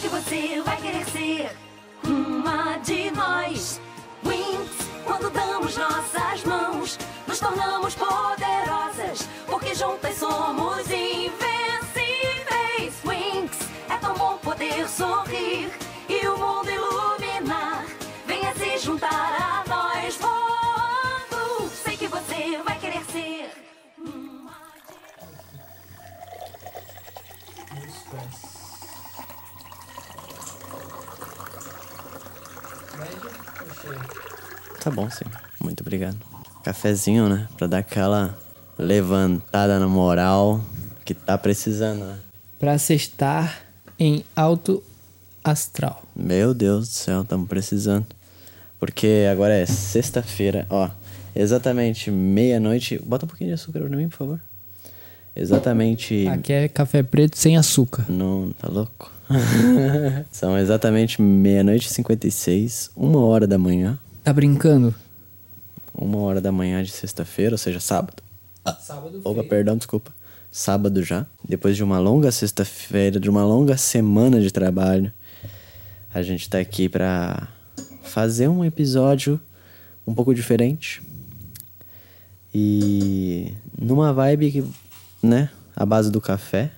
que você vai querer ser uma de nós. Wings, quando damos nossas mãos, nos tornamos poderosas, porque juntas somos invencíveis. Wings, é tão bom poder sorrir e o mundo iluminar. Venha se juntar a nós voando. Sei que você vai querer ser uma de Meus pés. Médio ou cheio? Tá bom, sim. Muito obrigado. Cafezinho, né? Pra dar aquela levantada na moral que tá precisando, né? Pra se estar em alto astral. Meu Deus do céu, estamos precisando. Porque agora é sexta-feira, ó. Exatamente meia-noite. Bota um pouquinho de açúcar pra mim, por favor. Exatamente. Aqui é café preto sem açúcar. Não, tá louco? São exatamente meia-noite e 56, uma hora da manhã. Tá brincando? Uma hora da manhã de sexta-feira, ou seja, sábado. Sábado Opa, perdão, desculpa. Sábado já. Depois de uma longa sexta-feira, de uma longa semana de trabalho, a gente tá aqui pra fazer um episódio um pouco diferente. E numa vibe que, né, a base do café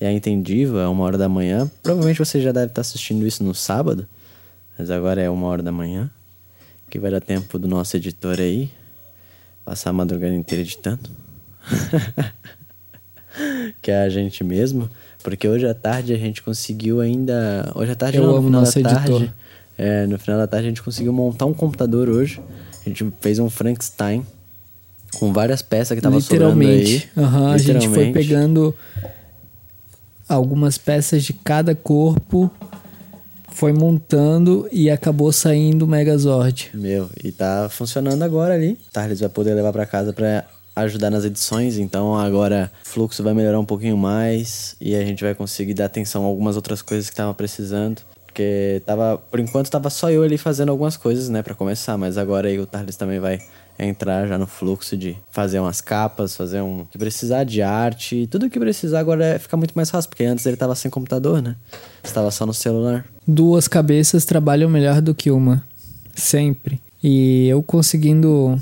é a intendiva, é uma hora da manhã. Provavelmente você já deve estar assistindo isso no sábado, mas agora é uma hora da manhã, que vai dar tempo do nosso editor aí passar a madrugada inteira editando. que é a gente mesmo, porque hoje à tarde a gente conseguiu ainda, hoje à tarde Eu não, no amo final nosso da tarde, editor. é, no final da tarde a gente conseguiu montar um computador hoje. A gente fez um Frankenstein com várias peças que tava sobrando aí. Literalmente. Aham, a gente foi Literalmente. pegando algumas peças de cada corpo, foi montando e acabou saindo o Megazord. Meu, e tá funcionando agora ali. Tarles vai poder levar pra casa pra ajudar nas edições, então agora o fluxo vai melhorar um pouquinho mais e a gente vai conseguir dar atenção a algumas outras coisas que tava precisando. Porque tava, por enquanto tava só eu ali fazendo algumas coisas, né, Pra começar, mas agora aí o Tarles também vai entrar já no fluxo de fazer umas capas, fazer um, o que precisar de arte, tudo o que precisar agora é ficar muito mais fácil, porque antes ele tava sem computador, né? Estava só no celular. Duas cabeças trabalham melhor do que uma, sempre. E eu conseguindo,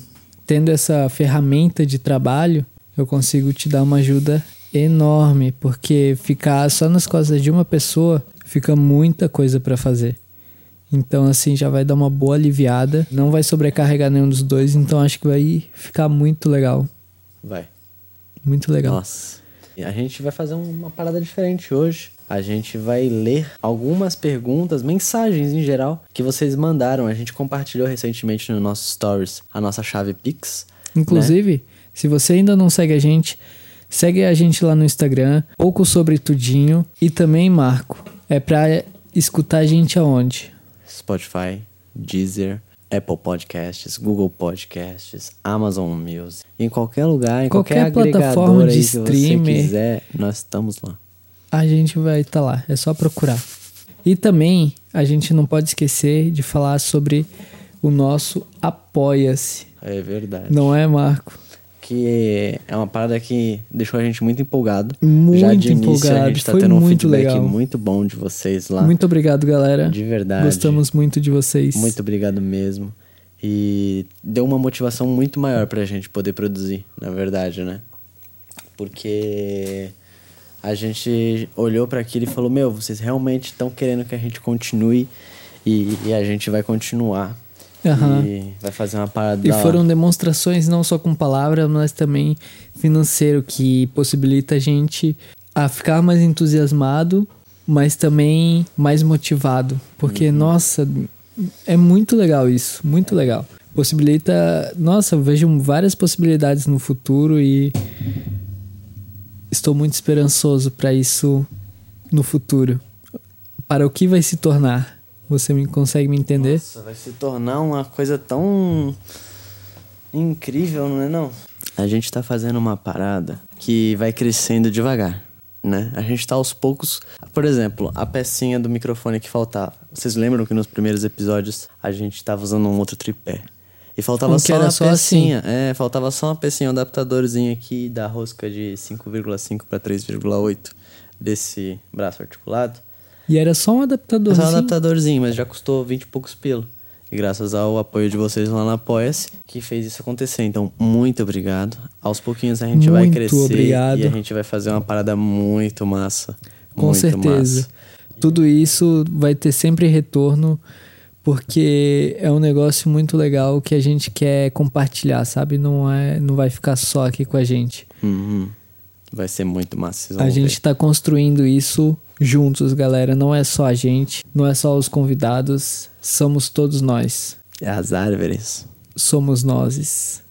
tendo essa ferramenta de trabalho, eu consigo te dar uma ajuda enorme, porque ficar só nas costas de uma pessoa fica muita coisa pra fazer. Então, assim, já vai dar uma boa aliviada. Não vai sobrecarregar nenhum dos dois. Então, acho que vai ficar muito legal. Vai. Muito legal. Nossa. E a gente vai fazer um, uma parada diferente hoje. A gente vai ler algumas perguntas, mensagens em geral, que vocês mandaram. A gente compartilhou recentemente no nosso Stories a nossa chave Pix. Inclusive, se você ainda não segue a gente, segue a gente lá no Instagram, pouco sobre tudinho e também Marco. É pra escutar a gente aonde? Spotify, Deezer, Apple Podcasts, Google Podcasts, Amazon Music. Em qualquer lugar, em qualquer, Qualquer plataforma agregador de aí que streamer. você quiser, nós estamos lá. A gente vai estar lá, é só procurar. E também a gente não pode esquecer de falar sobre o nosso Apoia-se. É verdade. Não é, Marco? que é uma parada que deixou a gente muito empolgado. Muito Já de início a empolgado, gente tá foi tendo um muito feedback legal. muito bom de vocês lá. Muito obrigado, galera. De verdade. Gostamos muito de vocês. Muito obrigado mesmo. E deu uma motivação muito maior pra gente poder produzir, na verdade, né? Porque a gente olhou pra aquilo e falou: Meu, vocês realmente estão querendo que a gente continue e, e a gente vai continuar. Aham. E vai fazer uma parada. E da hora. foram demonstrações não só com palavras, mas também financeiro, que possibilita a gente a ficar mais entusiasmado, mas também mais motivado. Porque, Uhum. nossa, é muito legal isso, muito legal. Possibilita. Nossa, eu vejo várias possibilidades no futuro e estou muito esperançoso para isso no futuro. Para o que vai se tornar? Você me consegue me entender? Nossa, vai se tornar uma coisa tão incrível, não é não? A gente tá fazendo uma parada que vai crescendo devagar, né? A gente tá aos poucos. Por exemplo, a pecinha do microfone que faltava. Vocês lembram que nos primeiros episódios a gente tava usando um outro tripé? E faltava Um que só era uma só pecinha. É, faltava só uma pecinha, um adaptadorzinho aqui da rosca de 5,5 para 3,8 desse braço articulado. E era só um É adaptadorzinho. só um adaptadorzinho, mas já custou 20 e poucos pilo. E graças ao apoio de vocês lá na Apoia-se, que fez isso acontecer. Então, muito obrigado. Aos pouquinhos a gente vai Muito crescer obrigado. e a gente vai fazer uma parada muito massa. Com muito certeza. Massa. Tudo isso vai ter sempre retorno, porque é um negócio muito legal que a gente quer compartilhar, sabe? Não, é, não vai ficar só aqui com a gente. Uhum. Vai ser muito massa. Vocês vão A ver. gente tá construindo isso juntos, galera. Não é só a gente, não é só os convidados, somos todos nós. É As árvores. Somos nós.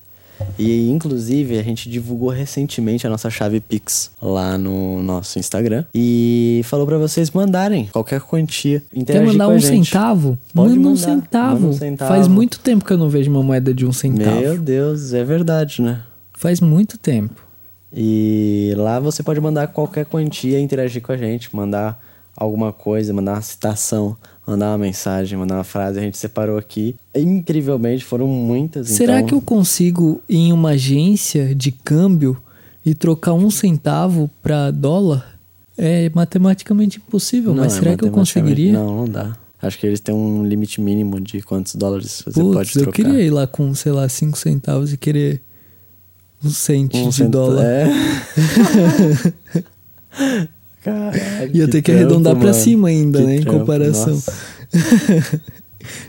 E inclusive a gente divulgou recentemente a nossa chave Pix lá no nosso Instagram e falou pra vocês mandarem qualquer quantia. Quer Interagir mandar com a um gente. centavo? Pode Manda um mandar. centavo. Manda um centavo. Faz muito tempo que eu não vejo uma moeda de um centavo. Meu Deus, é verdade, né? Faz muito tempo. E lá você pode mandar qualquer quantia, interagir com a gente, mandar alguma coisa, mandar uma citação, mandar uma mensagem, mandar uma frase. A gente separou aqui. Incrivelmente foram muitas. Será então- que eu consigo ir em uma agência de câmbio e trocar um centavo pra dólar? É matematicamente impossível, mas é será que eu matematicamente- conseguiria? Não, não dá. Acho que eles têm um limite mínimo de quantos dólares você Putz, pode trocar. eu queria ir lá com, sei lá, 5 centavos e querer um cento de cento- dólar. É. é. Caralho, Ia ter que trampo, arredondar pra mano. cima ainda, Que né, em trampo, comparação. nossa.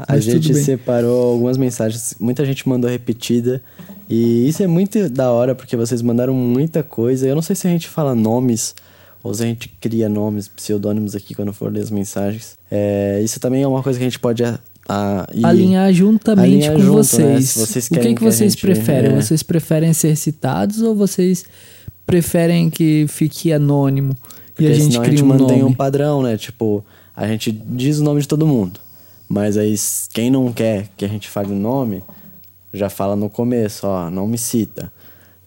A Mas tudo gente bem. separou algumas mensagens, muita gente mandou repetida. E isso é muito da hora, porque vocês mandaram muita coisa. Eu não sei se a gente fala nomes ou se a gente cria nomes, pseudônimos aqui quando for ler as mensagens. É, isso também é uma coisa que a gente pode a, a- ir- Alinhar juntamente alinhar com junto, né, se vocês. vocês o que, é querem que que a vocês gente- preferem? é. Vocês preferem ser citados ou vocês preferem que fique anônimo Porque e a gente senão cria a gente um mantém nome? um padrão, né? Tipo, a gente diz o nome de todo mundo. Mas aí, s- quem não quer que a gente fale o nome, já fala no começo, ó, não me cita.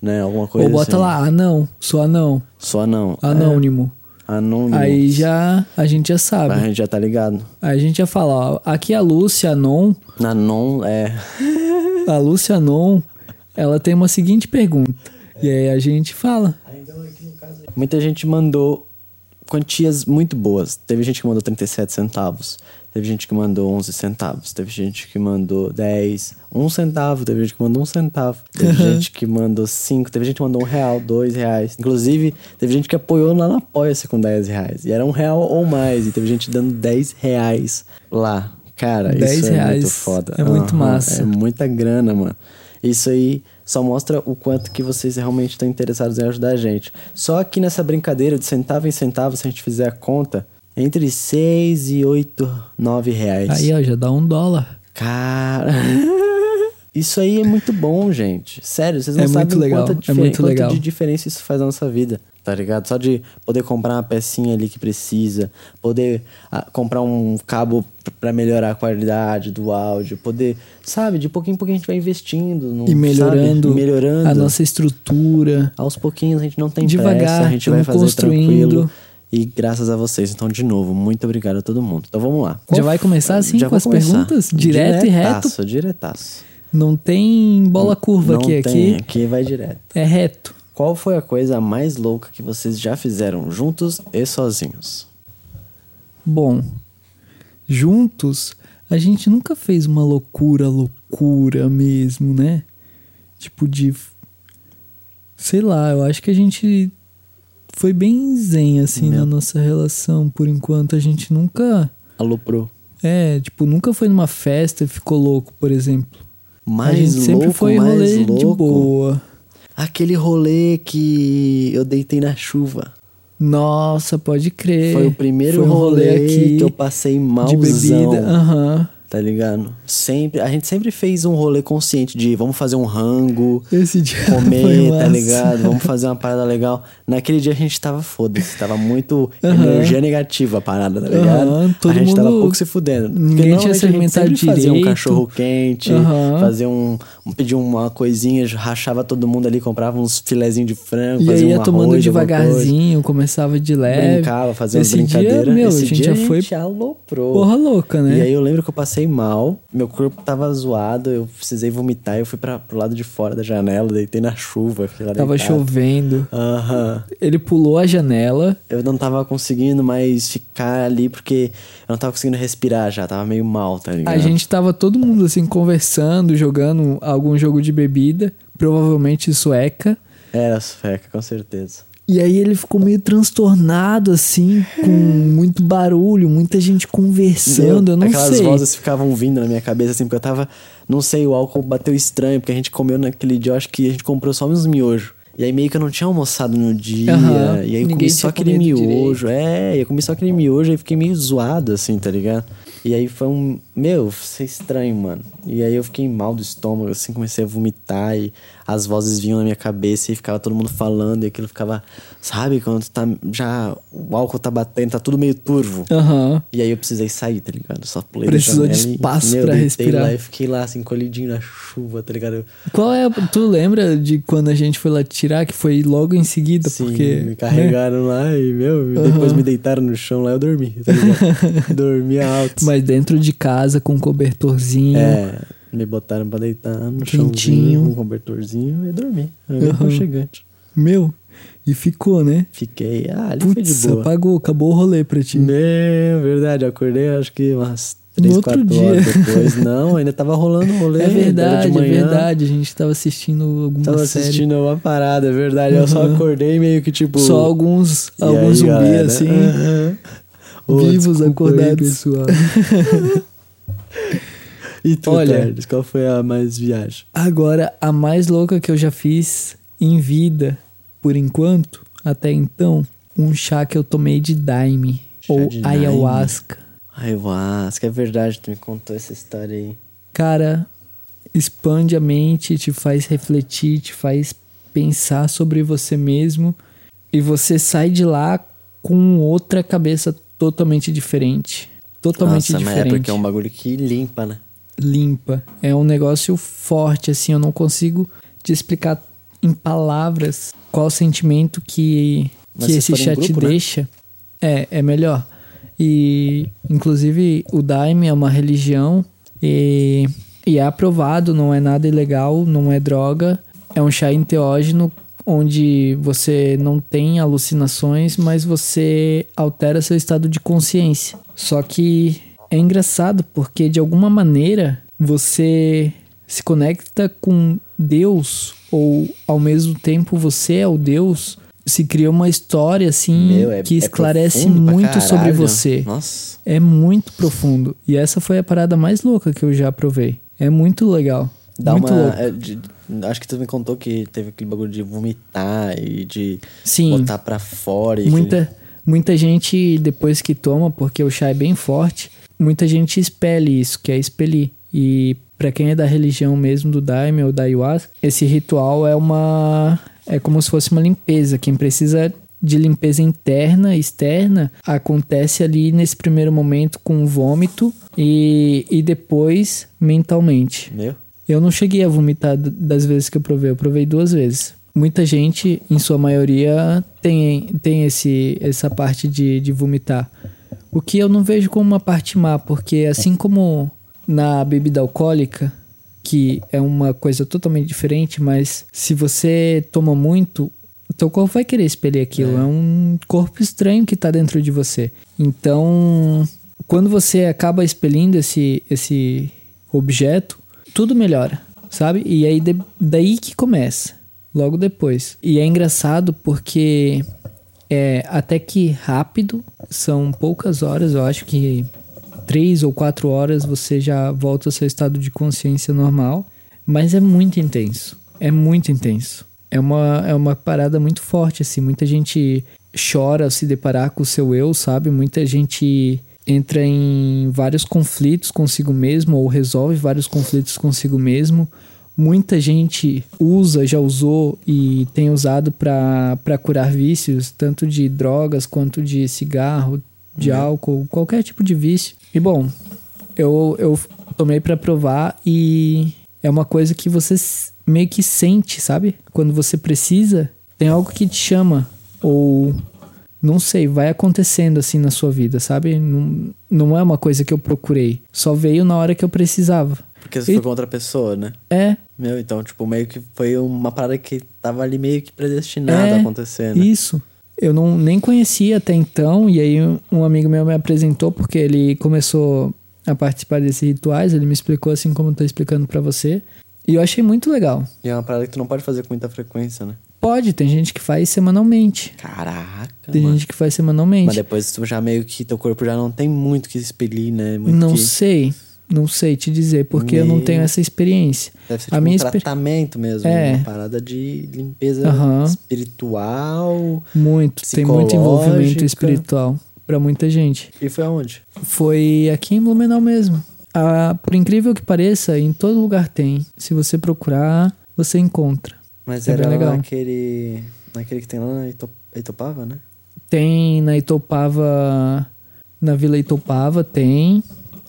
Né? Alguma coisa Ou bota assim. lá, anão, sou anão, Só não. anônimo. É, anônimo. Aí já a gente já A sabe. gente já tá ligado. Aí a gente já fala, ó, aqui é a Lúcia Anon, Anon é. a Lúcia Anon, ela tem uma seguinte pergunta. E aí a gente fala. Muita gente mandou quantias muito boas. Teve gente que mandou 37 centavos. Teve gente que mandou 11 centavos. Teve gente que mandou 10, 1 centavo. Teve gente que mandou 1 centavo. Teve gente que mandou 5. Teve gente que mandou 1 real, 2 reais. Inclusive, teve gente que apoiou lá na Apoia-se com 10 reais. E era 1 real ou mais. E teve gente dando 10 reais lá. Cara, 10 isso é reais muito foda. é muito Aham, massa. É muita grana, mano. Isso aí só mostra o quanto que vocês realmente estão interessados em ajudar a gente. Só que nessa brincadeira de centavo em centavo, se a gente fizer a conta, entre 6 e 8, 9 reais. Aí, ó, já dá um dólar. Cara. Isso aí é muito bom, gente. Sério, vocês não É sabem muito legal, quanta é difer- muito quanto legal. de diferença isso faz na nossa vida, tá ligado? Só de poder comprar uma pecinha ali que precisa, poder ah, comprar um cabo pra melhorar a qualidade do áudio, poder, sabe, de pouquinho em pouquinho a gente vai investindo, no, E sabe? melhorando, melhorando. a nossa estrutura. Aos pouquinhos a gente não tem Devagar, pressa, a gente vai tamo fazer construindo. tranquilo. E graças a vocês, então de novo, muito obrigado a todo mundo. Então vamos lá. Já vai começar assim Já com vou as perguntas? Direto e reto? Diretaço, diretaço. Não tem bola curva Não aqui, tem, aqui aqui vai direto. é reto. Qual foi a coisa mais louca que vocês já fizeram juntos e sozinhos? Bom, juntos a gente nunca fez uma loucura, loucura mesmo, né? Tipo de sei lá, eu acho que a gente foi bem zen assim na nossa relação por enquanto, a gente nunca Alô, pro. é, tipo, nunca foi numa festa e ficou louco, por exemplo. Mais a gente louco, sempre foi mais rolê louco. de boa. Aquele rolê que eu deitei na chuva. Nossa, pode crer. Foi o primeiro Foi um rolê, que eu passei de malzão. bebida. Aham. Tá ligado? Sempre, a gente sempre fez um rolê consciente de vamos fazer um rango, Esse dia foi comer, tá massa. ligado? Vamos fazer uma parada legal. Naquele dia a gente tava foda-se, tava muito Aham. energia negativa a parada, tá ligado? Aham, todo a gente tava mundo- pouco se fudendo. Porque Ninguém tinha normalmente a gente se alimentado sempre Fazia um direito. cachorro quente, Aham. fazia um, um. pedia uma coisinha, rachava todo mundo ali, comprava uns filezinhos de frango, E fazia aí um ia arroz, tomando alguma coisa. devagarzinho, começava de leve. Brincava, fazia umas É, Esse dia, brincadeiras. meu, Esse a gente dia já a foi gente aloprou. porra louca, né? E aí eu lembro que eu passei passei mal, meu corpo tava zoado, eu precisei vomitar, eu fui pra, pro lado de fora da janela, deitei na chuva, fiquei lá Tava deitado. chovendo. Aham. Ele pulou a janela. Eu não tava conseguindo mais ficar ali porque eu não tava conseguindo respirar já, tava meio mal, tá ligado? A gente tava todo mundo assim conversando, jogando algum jogo de bebida, provavelmente sueca. Era sueca, com certeza. E aí ele ficou meio transtornado, assim, com muito barulho, muita gente conversando, eu não Aquelas sei. vozes ficavam vindo na minha cabeça, assim, porque eu tava. Não sei, o álcool bateu estranho, porque a gente comeu naquele dia, eu acho que a gente comprou só uns miojos. E aí meio que eu não tinha almoçado no dia. Aham, E aí eu ninguém comi só tinha aquele comido miojo. É, eu comi só aquele miojo e fiquei meio zoado, assim, tá ligado? E aí foi um. Meu, foi estranho, mano. E aí eu fiquei mal do estômago, assim, comecei a vomitar e as vozes vinham na minha cabeça e ficava todo mundo falando e aquilo ficava. Sabe, quando tá. Já. O álcool tá batendo, tá tudo meio turvo. Aham. E aí eu precisei sair, tá ligado? Só pulei da Precisou de janela e, espaço meu, pra deitei respirar. Lá, e fiquei lá, assim, colidinho na chuva, tá ligado? Eu- Qual é. a- Tu lembra de quando a gente foi lá tirar, que foi logo em seguida, Sim, Então, porque. né? me carregaram lá e, meu, depois me deitaram no chão lá eu dormi, tá ligado? Dormia alto. Mas dentro de casa, com um cobertorzinho. É, me botaram pra deitar no Quentinho. chãozinho, com um cobertorzinho e dormi. Era bem aconchegante. Meu, e ficou, né? Fiquei, ah, ali foi de Putz, boa. apagou, acabou o rolê pra ti. Meu, verdade, eu acordei acho que umas No 3, outro 4 dia. horas depois. Não, ainda tava rolando o rolê. É ainda era verdade, de é manhã. verdade. A gente tava assistindo alguma Tava série. assistindo uma parada, é verdade. Eu só Uhum. acordei meio que tipo. Só alguns, "E alguns aí, zumbi, galera?" assim, Aham. Ô, vivos, desculpa aí, acordados. pessoal. E tu, Olha. Tardes, qual foi a mais viagem? Agora, a mais louca que eu já fiz em vida, por enquanto, até então, um chá que eu tomei de daime. Chá ou de daime. ayahuasca. Ai, Vasco, é verdade, tu me contou essa história aí. Cara, expande a mente, te faz refletir, te faz pensar sobre você mesmo. E você sai de lá com outra cabeça totalmente diferente. Totalmente Nossa, mas diferente. é porque é um bagulho que limpa, né? limpa. É um negócio forte, assim, eu não consigo te explicar em palavras qual sentimento que, Mas que se esse for em chat grupo, né? deixa. É, é melhor. E, inclusive, o Daime é uma religião e, e é aprovado, não é nada ilegal, não é droga. É um chá enteógeno onde você não tem alucinações, mas você altera seu estado de consciência. Só que é engraçado porque, de alguma maneira, você se conecta com Deus ou, ao mesmo tempo, você é o Deus. Se cria uma história, assim, Meu, é que é esclarece profundo pra muito sobre caralho. você. Nossa. É muito profundo. E essa foi a parada mais louca que eu já provei. É muito legal. Dá muito uma. louco. é, de- acho que tu me contou que teve aquele bagulho de vomitar e de Sim. botar pra fora. E Muita, muita gente, depois que toma, porque o chá é bem forte, muita gente expele isso, que é expelir. E pra quem é da religião mesmo, do Daime ou da Ayahuasca, esse ritual é uma... É como se fosse uma limpeza. Quem precisa de limpeza interna e externa acontece ali nesse primeiro momento com o vômito e, e depois mentalmente. aquele- Meu? Eu não cheguei a vomitar d- das vezes que eu provei, eu provei duas vezes. Muita gente, em sua maioria, tem, tem esse, essa parte de, de vomitar. O que eu não vejo como uma parte má, porque assim como na bebida alcoólica, que é uma coisa totalmente diferente, mas se você toma muito, o teu corpo vai querer expelir aquilo. É, um corpo estranho que tá dentro de você. Então, quando você acaba expelindo esse, esse objeto, tudo melhora, sabe? E aí de- daí que começa, logo depois. E é engraçado porque é até que rápido, são poucas horas, eu acho que três ou quatro horas você já volta ao seu estado de consciência normal, mas é muito intenso, é muito intenso. É uma, é uma parada muito forte, assim, muita gente chora ao se deparar com o seu eu, sabe? Muita gente entra em vários conflitos consigo mesmo ou resolve vários conflitos consigo mesmo. Muita gente usa, já usou e tem usado para curar vícios, tanto de drogas quanto de cigarro, de álcool, qualquer tipo de vício. E bom, eu, eu tomei pra provar e é uma coisa que você s- meio que sente, sabe? Quando você precisa, tem algo que te chama. Ou não sei, vai acontecendo assim na sua vida, sabe? Não, não é uma coisa que eu procurei. Só veio na hora que eu precisava. Porque você E- foi com outra pessoa, né? É, Meu, então, tipo, meio que foi uma parada que tava ali meio que predestinada É, a acontecer, né? Isso. Eu não, nem conhecia até então, e aí um- um amigo meu me apresentou, porque ele começou a participar desses rituais, ele me explicou assim como eu tô explicando pra você. E eu achei muito legal. E é uma parada que tu não pode fazer com muita frequência, né? Pode, tem gente que faz semanalmente. Caraca, Tem mano. gente que faz semanalmente. Mas é depois tu já meio que teu corpo já não tem muito que expelir, né? Muito não que... sei, não sei te dizer, porque eu não Meu. tenho essa experiência. Deve ser a tipo minha um experi- tratamento mesmo, É. uma parada de limpeza Aham. espiritual. Muito, tem muito envolvimento psicológica. espiritual pra muita gente. E foi aonde? Foi aqui em Blumenau mesmo. Ah, por incrível que pareça, em todo lugar tem. Se você procurar, você encontra. Mas É bem era legal. naquele. naquele que tem lá na Ito- Itopava, né? Tem na Itopava, na Vila Itopava tem.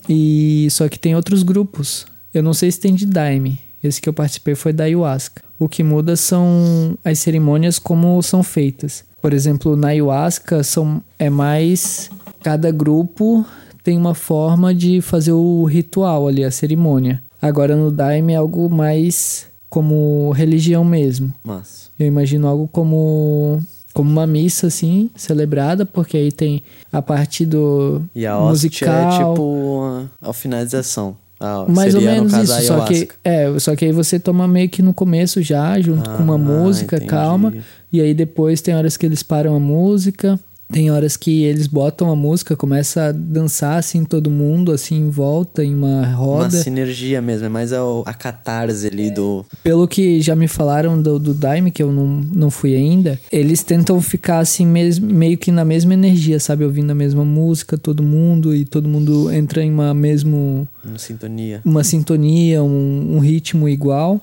E só que tem outros grupos. Eu não sei se tem de Daime. Esse que eu participei foi da ayahuasca. O que muda são as cerimônias como são feitas. Por exemplo, na ayahuasca são é mais cada grupo tem uma forma de fazer o ritual ali, a cerimônia. Agora no Daime é algo mais como religião mesmo. Mas. Eu imagino algo como como uma missa assim, celebrada, porque aí tem a parte do E a hóstia musical, é tipo a, a finalização. Ah, mais ou seria, menos no caso, isso, a só que ayahuasca. é, só que aí você toma meio que no começo já, junto com uma Ah, música entendi. calma, e aí depois tem horas que eles param a música, tem horas que eles botam a música, começa a dançar assim todo mundo assim em volta em uma Uma roda. sinergia mesmo, é mais a, a catarse ali do. Pelo que já me falaram do, do Daime, que eu não, não fui ainda, eles tentam ficar assim, mes, meio que na mesma energia, sabe? Ouvindo a mesma música, todo mundo, e todo mundo entra em uma mesmo uma sintonia. uma sintonia, um, um ritmo igual.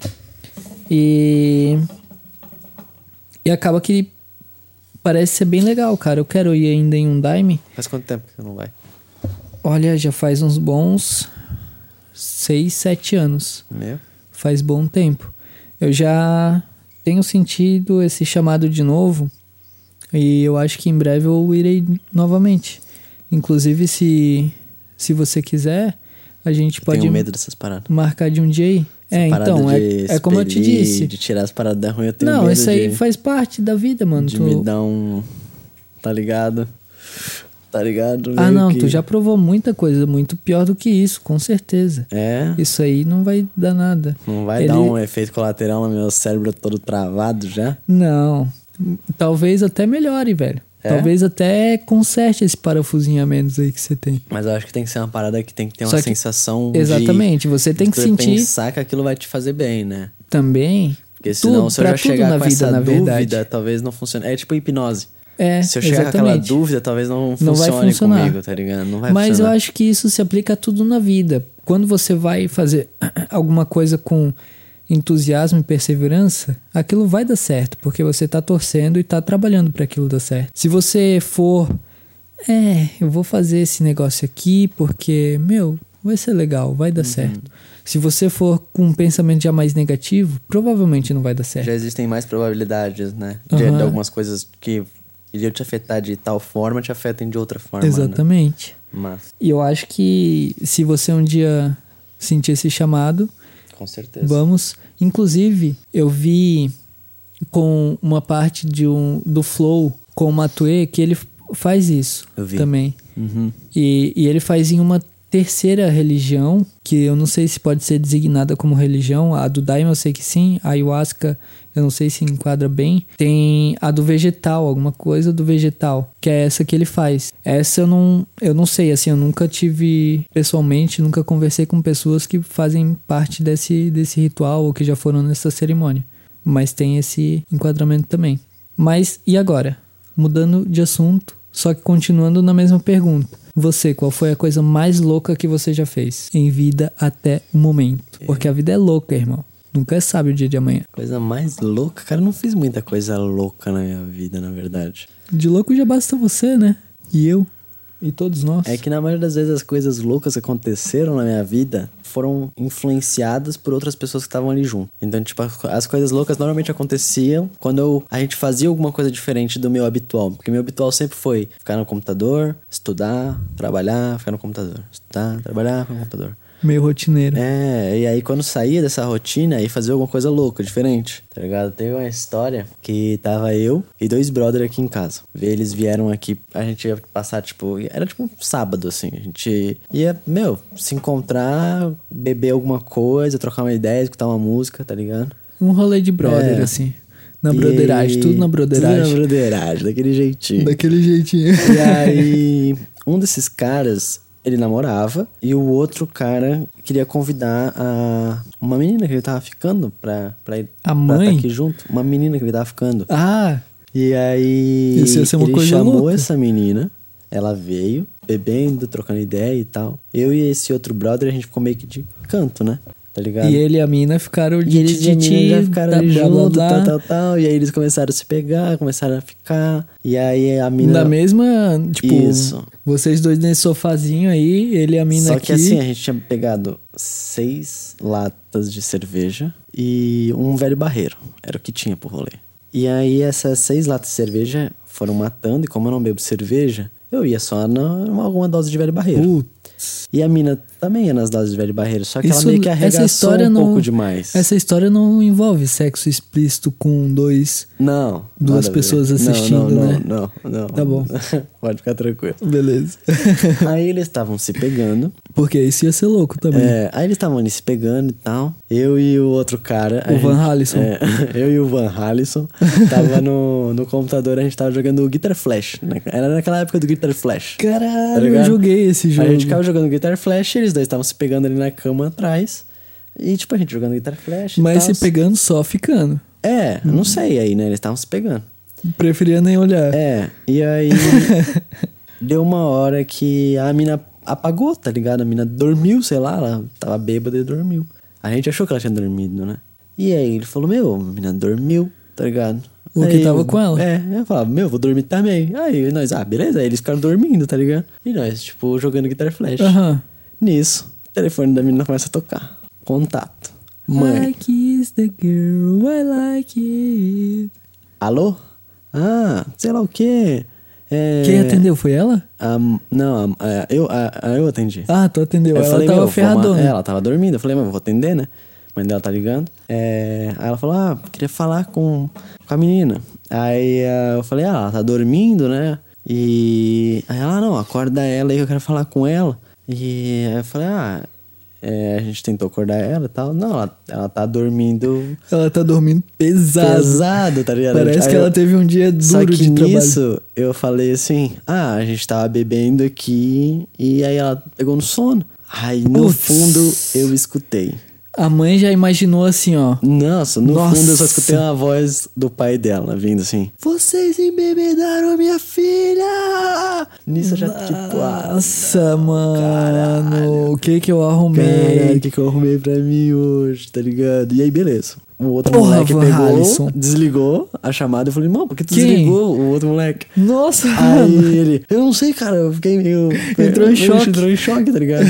E. E acaba que parece ser bem legal, cara. Eu quero ir ainda em um Daime. Faz quanto tempo que você não vai? Olha, já faz uns bons 6, 7 anos. Meu? faz bom tempo. Eu já tenho sentido esse chamado de novo e eu acho que em breve eu irei novamente. Inclusive, se, se você quiser, a gente pode Tenho medo dessas paradas. marcar de um dia aí. É, Parada então, de é, é como eu te expelir, disse. De tirar as paradas da ruim, eu tenho Não, medo isso aí de, faz parte da vida, mano. de Tu- me dar um. Tá ligado? Tá ligado? Ah, Meio não, que- tu já provou muita coisa, muito pior do que isso, com certeza. É. Isso aí não vai dar nada. Não vai Ele- dar um efeito colateral no meu cérebro todo travado já? Não. Talvez até melhore, velho. É? Talvez até conserte esse parafusinho a menos aí que você tem. Mas eu acho que tem que ser uma parada que tem que ter Só uma que- sensação. Exatamente, De, você tem de que tu sentir- pensar que aquilo vai te fazer bem, né? Também. Porque senão, se eu pra já chegar tudo na com vida, essa na dúvida, verdade. talvez não funcione. É tipo hipnose. É, se eu chegar com aquela exatamente. dúvida, talvez não Não vai funcione funcionar. comigo, tá ligado? Não vai Mas funcionar. eu acho que isso se aplica a tudo na vida. Quando você vai fazer alguma coisa com entusiasmo e perseverança, aquilo vai dar certo, porque você tá torcendo e tá trabalhando para aquilo dar certo. Se você for, é, eu vou fazer esse negócio aqui porque, meu, vai ser legal, vai Uhum. dar certo. Se você for com um pensamento já mais negativo, provavelmente não vai dar certo. Já existem mais probabilidades, né? De, é. Aham. de algumas coisas que iriam te afetar de tal forma, te afetem de outra forma. né? Exatamente. Mas, E eu acho que se você um dia sentir esse chamado, com certeza. Vamos. Inclusive, eu vi com uma parte de um, do Flow com o Matue que ele faz isso Eu vi. também. Uhum. E, e ele faz em uma terceira religião, que eu não sei se pode ser designada como religião. A do Daima eu sei que sim, a ayahuasca eu não sei se enquadra bem. Tem a do vegetal, alguma coisa do vegetal, que é essa que ele faz. Essa eu não, eu não sei, assim, eu nunca tive pessoalmente, nunca conversei com pessoas que fazem parte desse, desse ritual ou que já foram nessa cerimônia. Mas tem esse enquadramento também. Mas e agora? Mudando de assunto, só que continuando na mesma pergunta. Você, qual foi a coisa mais louca que você já fez em vida até o momento? Porque a vida é louca, irmão. Nunca sabe o dia de amanhã. Coisa mais louca. Cara, eu não fiz muita coisa louca na minha vida, na verdade. De louco já basta você, né? E eu? E todos nós. É que na maioria das vezes as coisas loucas que aconteceram na minha vida foram influenciadas por outras pessoas que estavam ali junto. Então, tipo, as co- as coisas loucas normalmente aconteciam quando eu- a gente fazia alguma coisa diferente do meu habitual. Porque meu habitual sempre foi ficar no computador, estudar, trabalhar, ficar no computador, estudar, trabalhar, ficar no computador. Meio rotineiro. É, e aí quando saía dessa rotina, aí fazia alguma coisa louca, diferente, tá ligado? Teve uma história que tava eu e dois brother aqui em casa. Eles vieram aqui, a gente ia passar, tipo, era tipo um sábado, assim. A gente ia, meu, se encontrar, beber alguma coisa, trocar uma ideia, escutar uma música, tá ligado? Um rolê de brother, É. assim. Na E- broderagem, tudo na broderagem. Tudo na broderagem, daquele jeitinho. Daquele jeitinho. E aí, um desses caras, ele namorava, e o outro cara queria convidar a uma menina que ele tava ficando pra, pra ir A pra mãe? tá aqui junto. Uma menina que ele tava ficando. Ah, E aí, Isso ia ser uma ele coisa chamou louca. essa menina, ela veio, bebendo, trocando ideia e tal. Eu e esse outro brother, a gente ficou meio que de canto, né? Tá ligado? e ele e a mina ficaram de E eles e a menina titi, já ficaram tá, ali blá, blá, junto, blá. tal, tal, tal. E aí eles começaram a se pegar, começaram a ficar. E aí a menina... Na mesma, tipo, Isso. vocês dois nesse sofazinho aí, ele e a mina Só aqui. que assim, a gente tinha pegado seis latas de cerveja e um velho barreiro. Era o que tinha pro rolê. E aí essas seis latas de cerveja foram matando, e como eu não bebo cerveja, eu ia só na- em alguma dose de velho barreiro. Putz. E a mina também ia nas doses de velho barreiro, só que ela Isso- meio que arregaçou essa história um não, pouco demais. Essa história não envolve sexo explícito com dois. Não. Duas nada a ver. pessoas Não, assistindo, não, né? Não, não, não. Tá bom. Pode ficar tranquilo. Beleza. aí eles estavam se pegando. Porque isso ia ser louco também. É, aí eles estavam ali se pegando e tal. Eu e o outro cara. a O Van Halisson. é, eu e o Van Halisson. Tava no, no computador, a gente tava jogando Guitar Flash. né? Era naquela época do Guitar Flash. tá Caralho, eu ligado? joguei esse jogo. A gente ficava jogando Guitar Flash, eles dois estavam se pegando ali na cama atrás. E, tipo, a gente jogando Guitar Flash. e Mas tal. se pegando só ficando. É, não sei aí, né? Eles estavam se pegando. Preferia nem olhar. É, e aí. deu uma hora que a mina apagou, tá ligado? A mina dormiu, sei lá, ela tava bêbada e dormiu. A gente achou que ela tinha dormido, né? E aí ele falou: Meu, a mina dormiu, tá ligado? O que Aí, tava com ela. É, eu falava, meu, vou dormir também. Aí nós, ah, beleza, aí eles ficaram dormindo, tá ligado? E nós, tipo, jogando Guitar Flash. Aham. Nisso, o telefone da menina começa a tocar. Contato. Mãe. I kiss the girl, I like it. Alô? Ah, sei lá o quê. É... Quem atendeu foi ela? A- não, a- a- eu, a- a- eu atendi. Ah, tu atendeu. eu ela falei, tava meu, vou É, ma- ferradona. Ela tava dormindo. Eu falei, mas eu vou atender, né? A mãe dela tá ligando. É, aí ela falou, ah, queria falar com, com a menina. Aí ah, eu falei, ah, ela tá dormindo, né? E aí ela, "Ah, não, acorda ela aí que eu quero falar com ela. E aí eu falei, ah, é, a gente tentou acordar ela e tal. Não, ela, ela tá dormindo Ela tá dormindo pesado. pesado, tá ligado? Parece Aí que eu- ela teve um dia duro só que de trabalho. nisso, eu falei assim: ah, a gente tava bebendo aqui e aí ela pegou no sono. Aí no Putz. fundo eu escutei. A mãe já imaginou assim, ó. Nossa, no Nossa. fundo eu só escutei uma voz do pai dela vindo assim: Vocês embebedaram minha filha! Nisso eu já tipo, ah, Nossa, mano. O que que eu arrumei? Caralho, o que, que eu arrumei pra mim hoje, tá ligado? E aí, beleza. O outro Porra, moleque Van pegou, Halisson. desligou a chamada. Eu falei, mano, por que tu Quem? desligou o outro moleque? Nossa, mano. Aí ele, eu não sei, cara, eu fiquei meio. Entrou em eu- choque. Entrou em choque, tá ligado?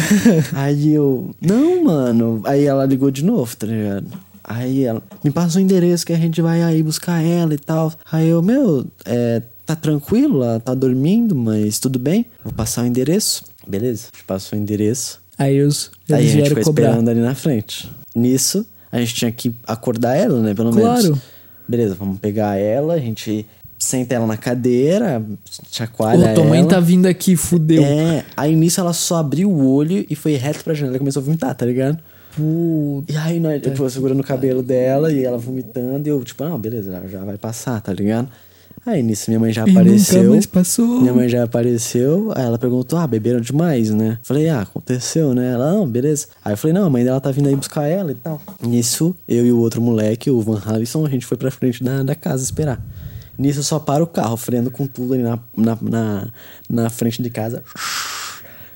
aí eu, não, mano. Aí ela ligou de novo, tá ligado? Aí ela, me passa o endereço que a gente vai aí buscar ela e tal. Aí eu, meu, é, tá tranquilo, ela tá dormindo, mas tudo bem, vou passar o endereço. Beleza, a gente passou o endereço. Aí os, Aí a eles gente vieram ficou cobrar. esperando ali na frente. Nisso, a gente tinha que acordar ela, né? Pelo menos. Claro. Beleza, vamos pegar ela, a gente senta ela na cadeira, chacoalha Ô, tua mãe ela. tá vindo aqui, fudeu. É, aí nisso ela só abriu o olho e foi reto pra janela e começou a vomitar, tá ligado? Puta. E aí nós, eu, tipo, eu segurando o cabelo dela e ela vomitando e eu, tipo, não, beleza, ela já vai passar, tá ligado? Aí nisso minha mãe já nunca apareceu. mais passou. Minha mãe já apareceu, aí ela perguntou, ah, beberam demais, né? Falei, ah, aconteceu, né? Ela, não, beleza. Aí eu falei, não, a mãe dela tá vindo aí buscar ela e tal. Nisso, eu e o outro moleque, o Van Halisson, a gente foi pra frente da, da casa esperar. Nisso só para o carro, freando com tudo ali na, na, na, na frente de casa.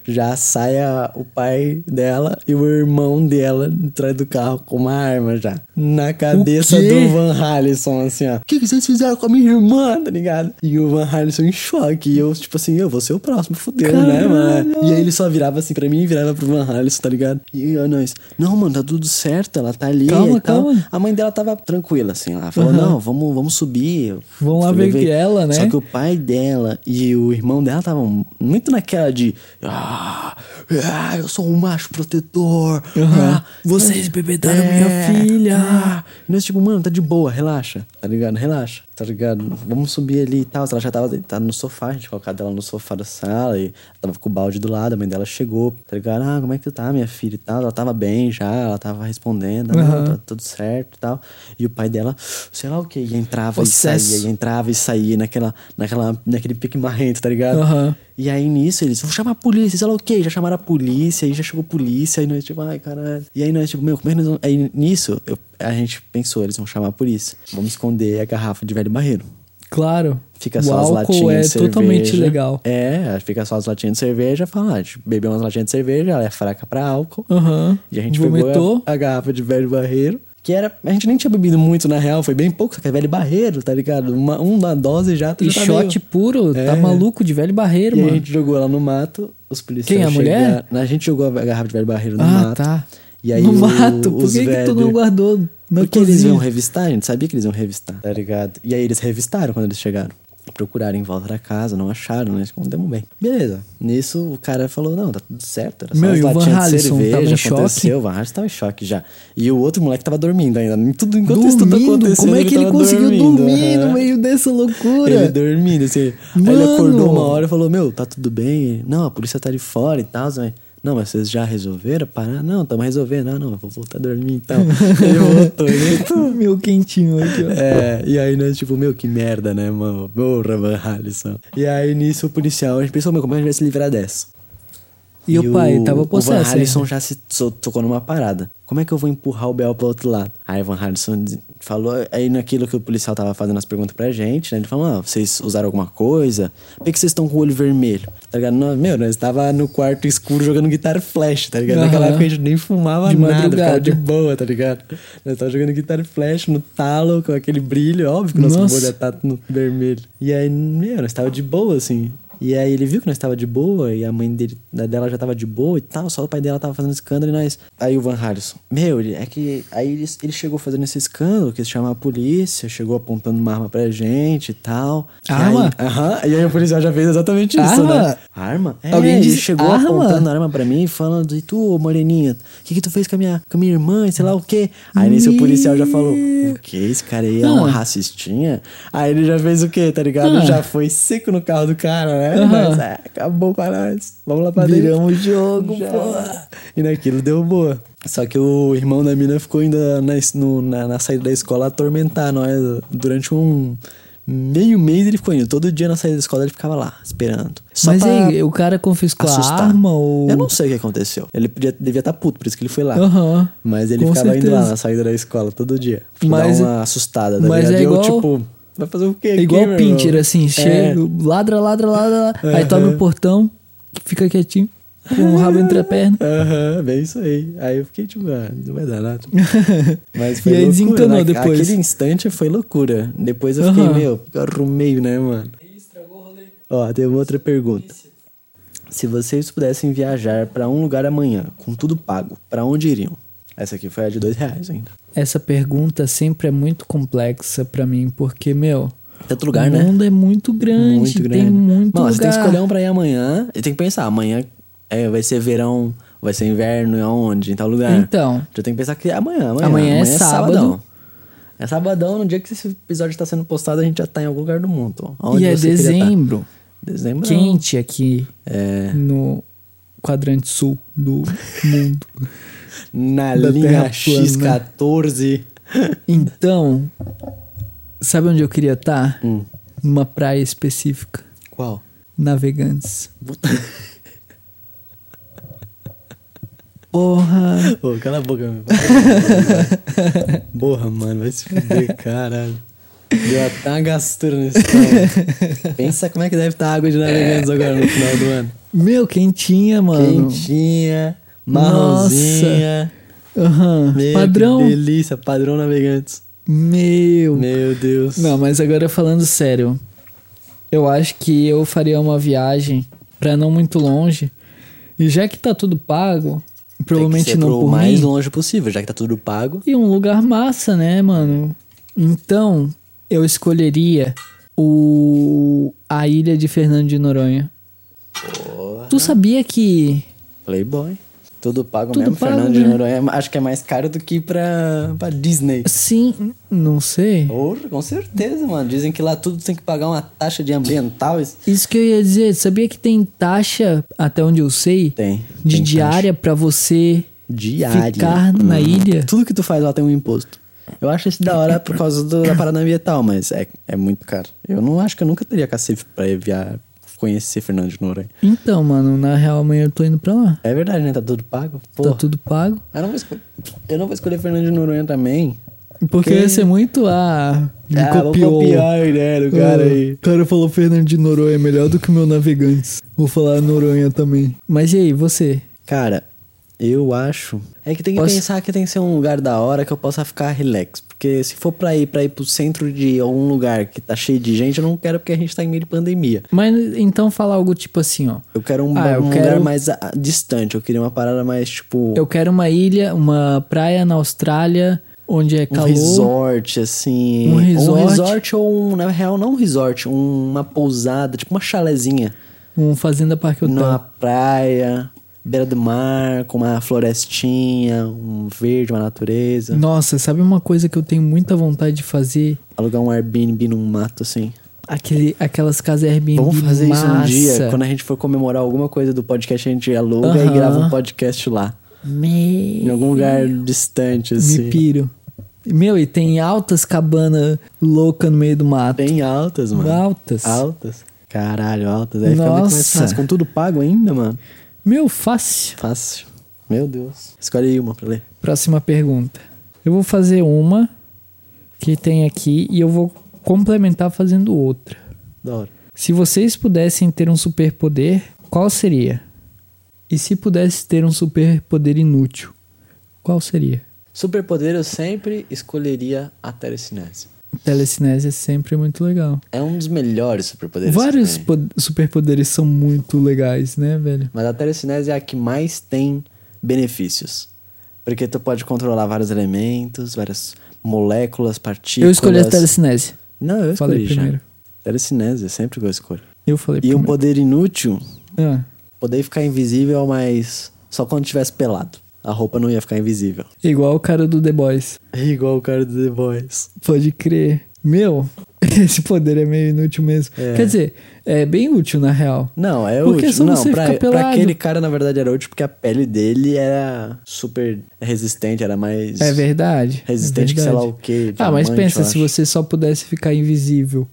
já sai a- o pai dela e o irmão dela atrás do carro com uma arma já. Na cabeça quê? do Van Halisson, assim, ó. O que, que vocês fizeram com a minha irmã, tá ligado? E o Van Halisson em choque. E eu, tipo assim, eu vou ser o próximo, fudeu, né, mano? E aí ele só virava assim pra mim e virava pro Van Halisson, tá ligado? E eu, nós, não, mano, tá tudo certo, ela tá ali. Calma, e tal." calma. A mãe dela tava tranquila, assim, lá. Falou, não, vamos, vamos subir. Vamos lá ver Levei- ela, né? Só que o pai dela e o irmão dela estavam muito naquela de... Ah, ah, eu sou um macho protetor. Ah, Vocês bebedaram minha É, filha." ah." E nós, tipo, mano, tá de boa, relaxa. Tá ligado? Relaxa. Tá ligado? Vamos subir ali e tal. Ela já tava deitada no sofá, a gente colocava ela no sofá da sala e ela tava com o balde do lado, a mãe dela chegou, tá ligado? Ah, como é que tu tá, minha filha e tal? Ela tava bem já, ela tava respondendo, ah, não, tá tudo certo e tal. E o pai dela, sei lá o que, e entrava Possesso. e saía, e entrava e saía naquela, naquela, naquele pique marrento, tá ligado? Aham. E aí nisso eles, vou chamar a polícia, sei lá o quê, já chamaram a polícia, aí já chegou a polícia, aí nós tipo, ai caralho. E aí nós tipo, meu, como é que nós vamos... Aí nisso eu- a gente pensou, eles vão chamar a polícia, vamos esconder a garrafa de velho barreiro. Claro. Fica o só as álcool latinhas é de cerveja. totalmente legal. É, fica só as latinhas de cerveja, fala, ah, a gente bebeu umas latinhas de cerveja, ela é fraca pra álcool. Aham. E a gente Vomitou. pegou a, a garrafa de velho barreiro. Que era. A gente nem tinha bebido muito, na real, foi bem pouco, só que é velho barreiro, tá ligado? Uma, uma dose já. tu E já tá shot meio- puro, tá É. maluco de velho barreiro, E a mano. gente jogou lá no mato, os policiais. Quem, a mulher? chegaram- A gente jogou a garrafa de velho barreiro no ah, mato. tá. E aí no o- mato, por os que, que tu velhos- não guardou? Na Porque cozinha? eles um iam revistar, a gente sabia que eles iam revistar, tá ligado? E aí eles revistaram quando eles chegaram. Procuraram em volta da casa, não acharam, né? Escondemos bem. Beleza. Nisso o cara falou: não, tá tudo certo. Era só Meu, umas e o Van latinhas de Halisson tava em cerveja, choque? aconteceu. O Van Halisson tava em choque já. E o outro moleque tava dormindo ainda. Tudo enquanto isso tudo Dormindo? acontecendo. Como é que ele tava conseguiu dormir aham. no meio dessa Ele loucura? dormindo, assim. Aí Mano! ele acordou uma hora e falou: Meu, tá tudo bem? Não, a polícia tá ali fora e tal. Zé. Não, mas vocês já resolveram parar? Não, estamos resolvendo. Ah, não, eu vou voltar a dormir então. ele voltou, ele Meu quentinho aqui, ó. é, e aí nós, tipo, meu, que merda, né, mano? Porra, Van Halisson. E aí nisso o policial, a gente pensou, meu, como é que a gente vai se livrar dessa? E, o pai tava O possesso. né? Van Halisson já se so- tocou numa parada. Como é que eu vou empurrar o Bel pro outro lado? Aí o Van Halisson diz- falou, aí naquilo que o policial tava fazendo as perguntas pra gente, né? Ele falou, ah, vocês usaram alguma coisa? Por que, que vocês estão com o olho vermelho? Tá ligado? Nós- meu, nós tava no quarto escuro jogando guitar flash, tá ligado? Naquela Aham. época a gente nem fumava De nada, madrugada. ficava de boa, tá ligado? Nós tava jogando guitar flash no talo, com aquele brilho, óbvio que nossa Nossa. bolha tá no vermelho. E aí, meu, nós tava de boa, assim. E aí ele viu que nós tava de boa e a mãe dele, da dela já tava de boa e tal, só o pai dela tava fazendo escândalo e nós... Aí o Van Harrison, meu, ele, é que... Aí ele, ele chegou fazendo esse escândalo, quis chamar a polícia, chegou apontando uma arma pra gente e tal. E aí- Arma? Aham, e aí o policial já fez exatamente isso, Arma? né? Arma? É, Alguém ele disse chegou arma? apontando a arma pra mim e falando, e tu, ô, moreninha, o que que tu fez com a minha, com a minha irmã, e sei lá o quê? Aí nesse o policial já falou, o que, esse cara aí é um Ah. racistinha? Aí ele já fez o quê, tá ligado? Ah. Já foi seco no carro do cara, né? Aham. Mas, é, acabou com nós, vamos lá pra Viramos o dentro. jogo, Já. pô. E naquilo deu boa. Só que o irmão da mina ficou ainda na, es- no- na, na saída da escola a atormentar nós. Durante um meio mês ele ficou indo. Todo dia na saída da escola ele ficava lá, esperando. Só Mas pra aí, o cara confiscou assustar. a arma ou. Eu não sei o que aconteceu. Ele podia, devia estar puto, por isso que ele foi lá. Aham. Mas ele Com ficava indo lá certeza. na saída da escola todo dia. Pra Mas- dar uma assustada, tá mas ligado? é E eu, igual- tipo, vai fazer o quê? É aqui, igual meu o Pinter, irmão? É. assim, chega, ladra, ladra, ladra, ladra, aí tu abre o portão, fica quietinho, com o rabo entre a perna. Aham, bem isso aí. Aí eu fiquei tipo, ah, não vai dar nada. Mas foi E loucura. aí desencanou Na- depois. Aquele instante foi loucura. Depois eu fiquei, Aham. meu, eu arrumei, né, mano? Ó, tem uma outra pergunta. Se vocês pudessem viajar pra um lugar amanhã, com tudo pago, pra onde iriam? Essa aqui foi a de dois reais ainda. Essa pergunta sempre é muito complexa pra mim, porque, meu, Tanto lugar, o né? mundo é muito grande, Muito grande. tem muito Mano, lugar. você tem que escolher um pra ir amanhã. E tem que pensar, amanhã é, vai ser verão, vai ser inverno, e aonde, em tal lugar. Então. Já tem que pensar que é amanhã, amanhã. Amanhã é sábado. sabadão. É sabadão, no dia que esse episódio tá sendo postado, a gente já tá em algum lugar do mundo. Aonde E é você queria tá? dezembro, Dezembro. quente aqui É. no quadrante sul do mundo. Na Da linha Terra plana. X14. Então, sabe onde eu queria estar? Hum. Numa praia específica, Qual? Navegantes. Porra! Ô, cala a boca, meu. Porra, mano, vai se fuder, caralho. Deu até uma gastura nesse pão. Pensa como é que deve estar a água de navegantes agora no final do ano. Meu, quentinha, mano. Quentinha, marronzinha. Aham. Meu, que Padrão. delícia, padrão navegantes. Meu. Meu Deus. Não, mas agora falando sério. Eu acho que eu faria uma viagem pra não muito longe. E já que tá tudo pago, provavelmente Tem que ser não pro por mais mim. longe possível, já que tá tudo pago. E um lugar massa, né, mano? Então, eu escolheria o a ilha de Fernando de Noronha. Tu sabia que Playboy. Tudo pago Tudo mesmo. pago, Fernando de né? Noronha acho que é mais caro do que pra, pra Disney. sim, não sei. Porra, com certeza, mano. Dizem que lá tudo tem que pagar uma taxa de ambiental. isso- Isso que eu ia dizer, sabia que tem taxa, até onde eu sei, Tem, de tem diária pra você Diária. Hum. ficar na ilha? Tudo que tu faz lá tem um imposto. Eu acho isso da hora por causa do- da parada ambiental, mas é, é muito caro. Eu não acho que eu nunca teria cacete pra ir via, conhecer Fernando de Noronha. Então, mano, na real amanhã eu tô indo pra lá. É verdade, né? Tá tudo pago. Tá Porra. tudo pago. Eu não, vou escolher, eu não vou escolher Fernando de Noronha também. Porque ia ser muito ah, me Ah, vou copiou. copiar a ideia do cara Ah, aí. O cara falou Fernando de Noronha é melhor do que o meu Navegantes. Vou falar Noronha também. Mas e aí, você? Cara, eu acho. É que tem que Posso- pensar que tem que ser um lugar da hora que eu possa ficar relax. Porque se for pra ir pra ir pro centro de algum lugar que tá cheio de gente, eu não quero porque a gente tá em meio de pandemia. Mas então fala algo tipo assim, ó. Eu quero um, Ah, eu um lugar quero- mais ah, distante. Eu queria uma parada mais, tipo, Eu quero uma ilha, uma praia na Austrália, onde é um calor. resort, assim. Um resort? ou um, na real, não um resort, um- uma pousada, tipo uma chalezinha. Um Fazenda Parque Hotel. Numa praia, beira do mar, com uma florestinha, um verde, uma natureza. Nossa, sabe uma coisa que eu tenho muita vontade de fazer? Alugar um Airbnb num mato, assim. Aquele, aquelas casas Airbnb Vamos fazer massa. isso um dia. é Quando a gente for comemorar alguma coisa do podcast, a gente aluga e Aham. grava um podcast lá. Em Meu... algum lugar distante, assim. Me piro. Meu, e tem altas cabanas louca no meio do mato. Tem altas, mano. Altas. Altas. Caralho, altas. Aí fica muito mais Nossa. fácil. Com tudo pago ainda, mano. Meu, fácil. Fácil. Meu Deus. Escolhe aí uma pra ler. Próxima pergunta. Eu vou fazer uma que tem aqui e eu vou complementar fazendo outra. Da hora. Se vocês pudessem ter um superpoder, qual seria? E se pudesse ter um superpoder inútil, qual seria? Superpoder eu sempre escolheria a telecinese. Telecinese é sempre muito legal. É um dos melhores superpoderes. que Vários tem. po- superpoderes são muito legais, né, velho? Mas a telecinese é a que mais tem benefícios. Porque tu pode controlar vários elementos, várias moléculas, partículas. eu escolhi a telecinese. Não, eu Falei escolhi já. primeiro. Telecinese é sempre que eu escolho. Eu falei E um primeiro. poder inútil, Ah, poder ficar invisível, mas só quando tivesse pelado. A roupa não ia ficar invisível. igual o cara do The Boys. É igual o cara do The Boys. Pode crer. Meu, esse poder é meio inútil mesmo. É. Quer dizer, é bem útil na real. Não, é Porque útil. só Não, você pra, fica pra pelado. aquele cara, na verdade, era útil porque a pele dele era super resistente, era mais. É verdade. Resistente é que sei verdade. lá o quê, Ah, mas diamante, pensa, eu se acho. você só pudesse ficar invisível,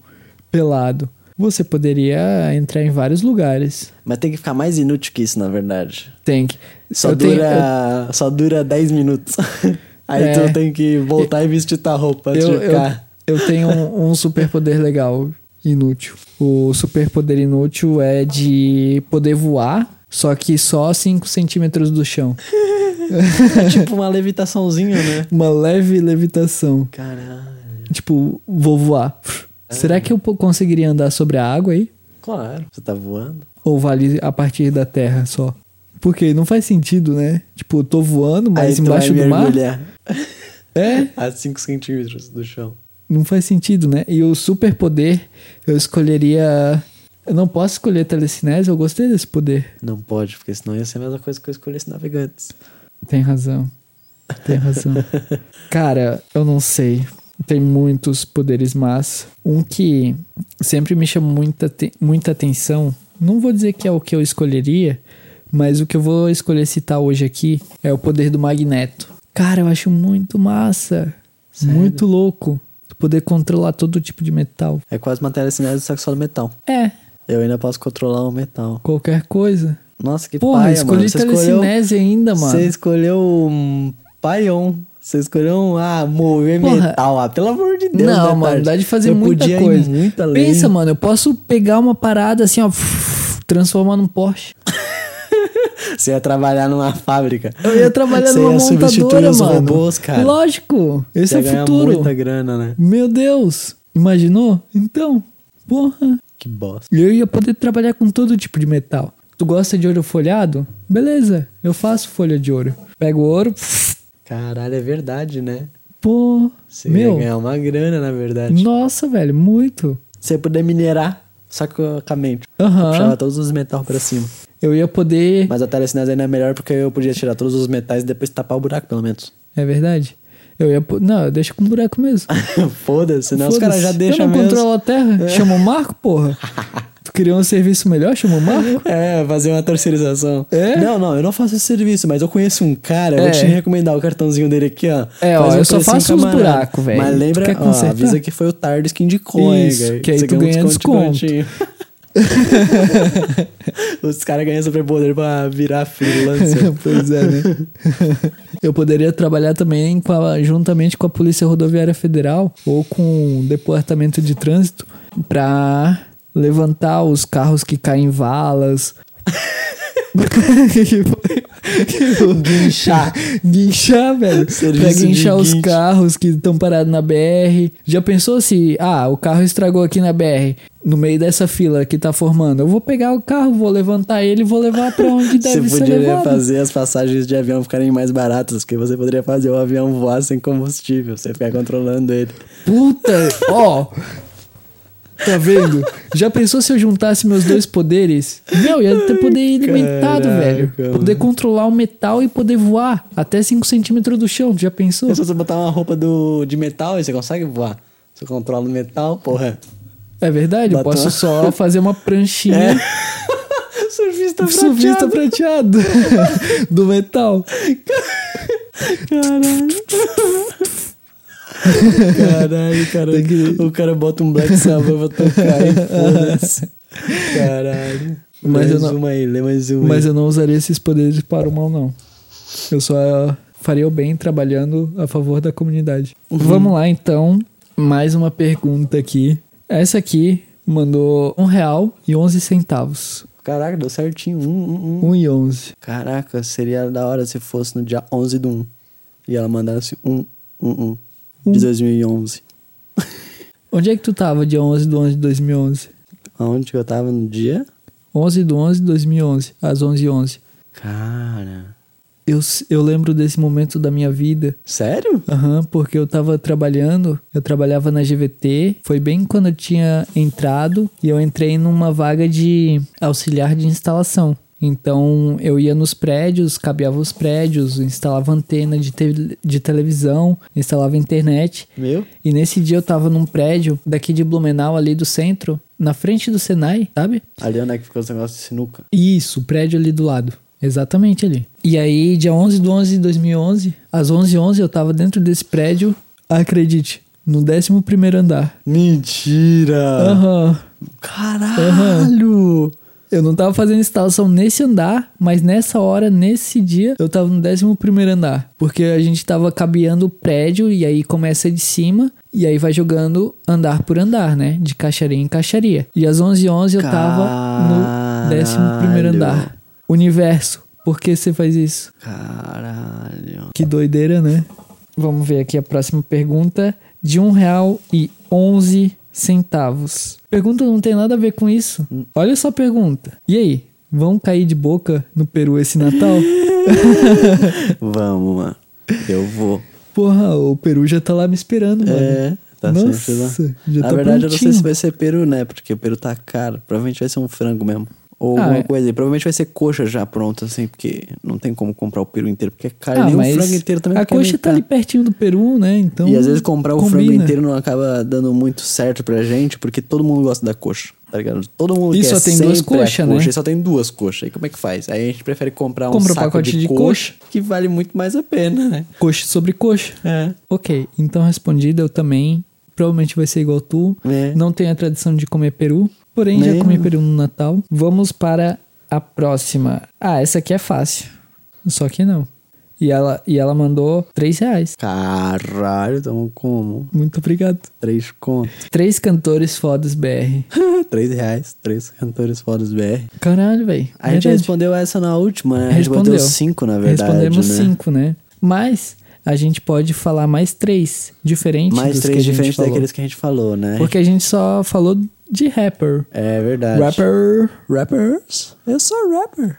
pelado, você poderia entrar em vários lugares. Mas tem que ficar mais inútil que isso, na verdade. Tem que. Só eu tenho- dura. Só dura 10 minutos. Aí É. tu tem que voltar e vestir tua roupa tipo, antes eu, de eu, ficar. eu tenho um, um superpoder legal, inútil. O superpoder inútil é de poder voar, só que só 5 centímetros do chão. É tipo uma levitaçãozinha, né? Uma leve levitação. Caralho. Tipo, vou voar. Ah. Será que eu po- conseguiria andar sobre a água aí? Claro. Você tá voando? Ou vale a partir da terra só? Porque não faz sentido, né? Tipo, eu tô voando, mas Aí tu embaixo vai do mar. mergulhar É, a 5 centímetros do chão. não faz sentido, né? E o superpoder, eu escolheria. Eu não posso escolher telecinese, eu gostei desse poder. Não pode, porque senão ia ser a mesma coisa que eu escolhesse navegantes. Tem razão. Tem razão. Cara, eu não sei. Tem muitos poderes massa. Um que sempre me chama muita, te- muita atenção. Não vou dizer que é o que eu escolheria, mas o que eu vou escolher citar hoje aqui é o poder do magneto. Cara, eu acho muito massa. Muito louco. Tu poder controlar todo tipo de metal. É quase uma telecinese, só que só do metal. É, Eu ainda posso controlar o metal. qualquer coisa. Nossa, que Porra, paia, escolhi mano. Você escolheu- telecinese ainda, mano. Você escolheu um paion. Você escolheu um, ah, mover Porra. metal. Ah, pelo amor de Deus. não, né, mano, Tati? dá de fazer eu muita podia coisa. Ir muito além. Pensa, mano, eu posso pegar uma parada assim, ó, transformar num Porsche. Você ia trabalhar numa fábrica. Eu ia trabalhar Você numa ia substituir montadora, os mano. robôs, cara. Lógico, Você esse ia é o ganhar futuro. muita grana, né? Meu Deus, imaginou? Então, porra. Que bosta. E eu ia poder trabalhar com todo tipo de metal. Tu gosta de ouro folhado? Beleza, eu faço folha de ouro. Pego o ouro, Caralho, é verdade, né? pô, Você meu, ia ganhar um uma grana, na verdade. nossa, velho, muito. Você ia poder minerar, só que com a mente. Aham. Puxava todos os metal pra cima. Eu ia poder. Mas a telecinese ainda é melhor porque eu podia tirar todos os metais e depois tapar o buraco, pelo menos. É verdade? Eu ia. po- Não, eu deixo com buraco mesmo. Foda-se, senão os Foda-se. caras já deixam Eu não mesmo. É. controlo a terra? Chama o Marco, porra. tu queria um serviço melhor? Chama o Marco? É, fazer uma terceirização. É? Não, não, eu não faço esse serviço, mas eu conheço um cara, eu É. vou te recomendar o cartãozinho dele aqui, ó. É, ó, Faz um eu só precinho faço uns camarada. buraco, velho. Mas Tu lembra, quer ó, consertar? avisa que foi o Tardes que indicou, hein, Isso, cara? que aí Você tu ganha um desconto. de bonitinho. Os caras ganham superpoder pra virar freelancer. pois é, né? Eu poderia trabalhar também com a- juntamente com a Polícia Rodoviária Federal ou com o Departamento de Trânsito pra levantar os carros que caem em valas. que foi? Que foi? Guinchar. Guinchar, velho. Serviço pra guinchar de os guincho. carros que estão parados na BR. Já pensou se, ah, o carro estragou aqui na BR, no meio dessa fila que tá formando? Eu vou pegar o carro, vou levantar ele, vou levar pra onde Você deve ser poderia levado. fazer as passagens de avião ficarem mais baratas, porque você poderia fazer o avião voar sem combustível, você ficar controlando ele. Puta, ó. Tá vendo? Já pensou se eu juntasse meus dois poderes? Meu, ia ter poder ilimitado, caraca, velho. mano. Poder controlar o metal e poder voar até 5 centímetros do chão. Já pensou? Se É você botar uma roupa do, de metal, aí você consegue voar. Você controla o metal, porra. É verdade, eu Batom. É, posso só fazer uma pranchinha. Surfista tá Surfista prateado do metal. Caralho, cara. O cara bota um Black Sabbath pra tocar e foda-se. Caralho. Mas mais eu não- uma aí, lê mais uma Mas aí. eu não usaria esses poderes para o mal, não. Eu só ah, faria o bem trabalhando a favor da comunidade. Vamos lá, então. Mais uma pergunta aqui. Essa aqui mandou um real e onze centavos. Caraca, deu certinho. Um, um, um. Um e onze. Caraca, seria da hora se fosse no dia 11 do 1. E ela mandasse um, um, um. De 2011. Onde é que tu tava dia 11 do 11 de 2011? Aonde que eu tava no dia? 11 do 11 de 2011, às 11 h 11. Cara... Eu, s- eu lembro desse momento da minha vida Sério? Aham, porque eu tava trabalhando, eu trabalhava na GVT, foi bem quando eu tinha entrado e eu entrei numa vaga de auxiliar de instalação. Então eu ia nos prédios, cabeava os prédios, instalava antena de, te- de televisão, instalava internet. Meu? E nesse dia eu tava num prédio daqui de Blumenau, ali do centro, na frente do Senai, sabe? Ali onde é que ficou os negócios de sinuca. Isso, o prédio ali do lado. Exatamente ali. E aí, dia 11 de 11 de 2011, às 11 h 11 eu tava dentro desse prédio, acredite, no 11º andar. Mentira! Aham. Caralho! Eu não tava fazendo instalação nesse andar, mas nessa hora, nesse dia, eu tava no 11º andar. Porque a gente tava cabeando o prédio e aí começa de cima e aí vai jogando andar por andar, né? De caixaria em caixaria. E às 11 h 11 eu tava no 11º andar. Caralho. Universo, por que você faz isso? Caralho. Que doideira, né? Vamos ver aqui a próxima pergunta. De um real e onze centavos. Pergunta não tem nada a ver com isso. Olha só a pergunta. E aí, vão cair de boca no Peru esse Natal? Vamos, mano. Eu vou. Porra, o Peru já tá lá me esperando, mano. É, tá Nossa, sempre lá. já Na tá verdade, eu não sei prontinho. se vai ser peru, né? Porque peru tá caro. Provavelmente vai ser um frango mesmo. Ou Ah, alguma é. coisa. E provavelmente vai ser coxa já pronta, assim, porque não tem como comprar o peru inteiro, porque é caro. Ah, e nem mas o frango inteiro também a porque é coxa meio tá ali caro. pertinho do Peru, né? Então E às vezes comprar o frango combina. inteiro não acaba dando muito certo pra gente, porque todo mundo gosta da coxa, tá ligado? Todo mundo E quer só tem duas sempre a coxa, né? coxa, E só tem duas coxas. Aí como é que faz? Aí a gente prefere comprar um Compra um saco pacote de, de coxa. coxa, que vale muito mais a pena, né? Coxa sobre coxa. É. Ok, então respondida eu também. Provavelmente vai ser igual tu. É. Não tenho a tradição de comer peru, porém já Nem comi eu. peru no Natal. Vamos para a próxima. Ah, essa aqui é fácil. Só que não. E ela, e ela mandou 3 reais. Caralho, tamo como? Muito obrigado. Três conto. Três cantores fodas BR. Três reais. Três cantores fodas BR. Caralho, velho. A gente respondeu essa na última, né? A gente Respondeu. bateu cinco, na verdade. Respondemos né? 5, né? Mas a gente pode falar mais três diferentes Mais dos que três a gente diferentes falou. daqueles que a gente falou, né? Porque a gente só falou de rapper. É verdade. Rapper. Rappers. Eu sou rapper.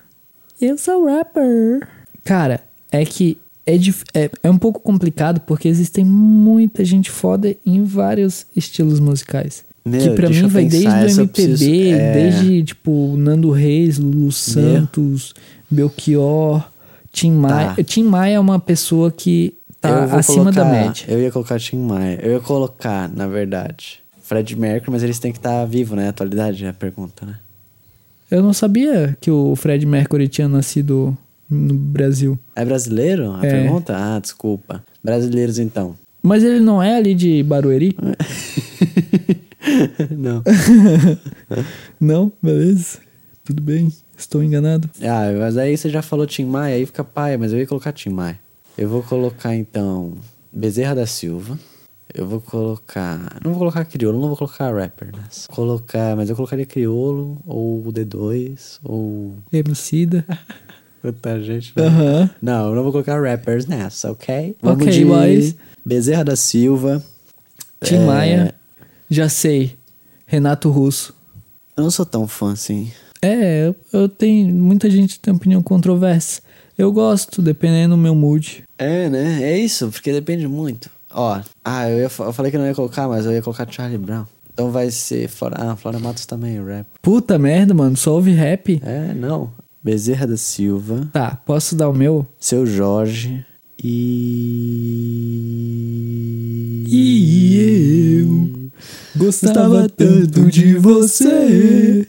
Eu sou rapper. Cara, é que é, dif- é, é um pouco complicado porque existem muita gente foda em vários estilos musicais. Meu, que pra deixa mim eu vai pensar, desde essa o eu MPB, preciso- é. desde tipo Nando Reis, Lulu Santos, Belchior, Tim Maia. Tim Maia é uma pessoa que tá Tá. Eu vou acima da colocar- média. Eu ia colocar Tim Maia. Eu ia colocar, na verdade, Fred Mercury, mas eles têm que estar vivos, né? Atualidade é a pergunta, né? Eu não sabia que o Fred Mercury tinha nascido no Brasil. É brasileiro a É. pergunta? Ah, desculpa. Brasileiros, então. Mas ele não é ali de Barueri? Não. Não, beleza. Tudo bem, estou enganado. Ah, mas aí você já falou Tim Maia, aí fica paia, mas eu ia colocar Tim Maia. Eu vou colocar, então, Bezerra da Silva. Eu vou colocar... Não vou colocar crioulo, não vou colocar rapper, né? Vou Colocar... Mas eu colocaria crioulo, ou D2, ou... Emicida. Quanta gente... né? Aham. Não, eu não vou colocar rappers nessa, ok? Ok, mas- Bezerra da Silva. Tim É, Maia. Já sei. Renato Russo. Eu não sou tão fã assim. É, eu, eu tenho. Muita gente tem opinião controversa. Eu gosto, dependendo do meu mood. É, né? É isso, porque depende muito. Ó, ah, eu, ia fa- eu falei que não ia colocar, mas eu ia colocar Charlie Brown. Então vai ser Flora, ah, Flora Matos também é rap. Puta merda, mano, só ouve rap. É, não. Bezerra da Silva, Tá, posso dar o meu? Seu Jorge e E eu gostava tanto de você.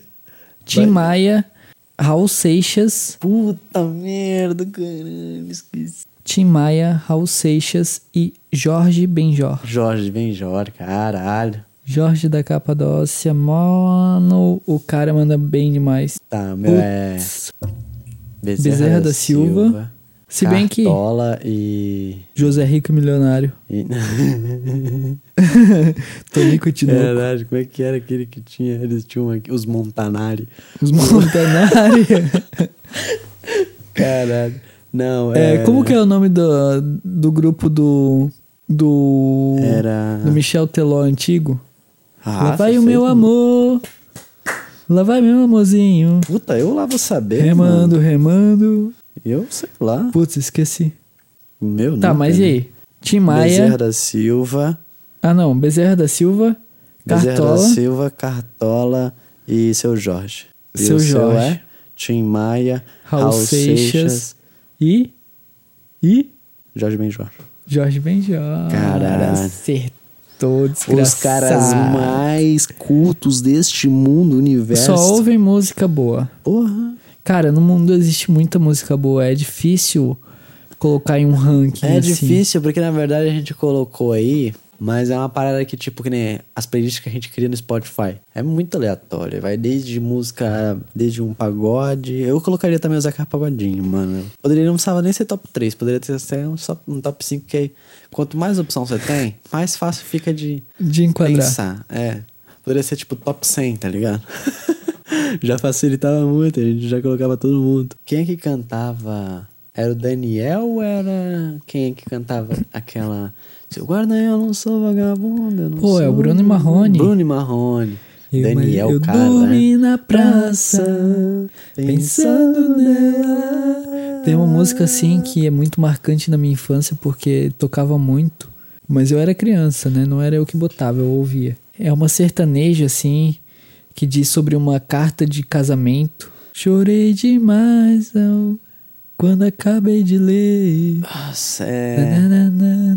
Tim Maia, Raul Seixas. Puta merda, caramba, esqueci. Tim Maia, Raul Seixas e Jorge Benjor. Jorge, bem Jorge, caralho. Jorge da Capadócia, mano, o cara manda bem demais. Tá, meu é Putz, Bezerra da Silva. Se bem que Cartola e José Rico é Milionário. e- Tonico É Tinoco. verdade, como é que era aquele que tinha? Eles tinham aqui, os Montanari. Os Montanari. Caralho. Não, É, era, como que é o nome do, do grupo do. Do. Era- Do Michel Teló antigo? Ah, lá vai você o fez meu um- amor. Lá vai meu amorzinho. Puta, eu lá vou saber. Remando, mano. remando. Eu sei lá. Putz, esqueci. O Meu Tá, não, mas e cara. aí? Tim Maia. né? Bezerra da Silva. Ah, não. Bezerra da Silva. Bezerra da Cartola. Silva, Cartola e seu Jorge. E Seu o seu Jorge. é Tim Maia, Raul, Seixas. E. E. Jorge Benjor. Jorge Benjor. Caralho. Acertou, desgraçado. Os caras mais cultos deste mundo, universo. Só ouvem música boa. Porra. Cara, no mundo existe muita música boa. É difícil colocar em um ranking. É assim. difícil, porque na verdade a gente colocou aí, mas é uma parada que, tipo, que nem as playlists que a gente cria no Spotify. É muito aleatória, vai desde música, desde um pagode. Eu colocaria também o Zeca Pagodinho, mano. Poderia não precisava nem ser top 3, poderia ter ser um, só- um top 5, que aí, quanto mais opção você tem, mais fácil fica de De enquadrar. pensar. É. Poderia ser tipo top 100, tá ligado? já facilitava muito, a gente já colocava todo mundo. Quem é que cantava? Era o Daniel ou era. Quem é que cantava aquela. Seu guarda, eu não sou vagabundo. Eu não Pô, sou... é o Bruno e Marrone. Bruno e Marrone. Eu- Daniel, eu cara. né? dormi na praça, pensando nela. Tem uma música assim que é muito marcante na minha infância porque tocava muito, mas eu era criança, né? Não era eu que botava, eu ouvia. É uma sertaneja assim que diz sobre uma carta de casamento. Chorei demais ao- quando acabei de ler. Nossa, é. Nananana.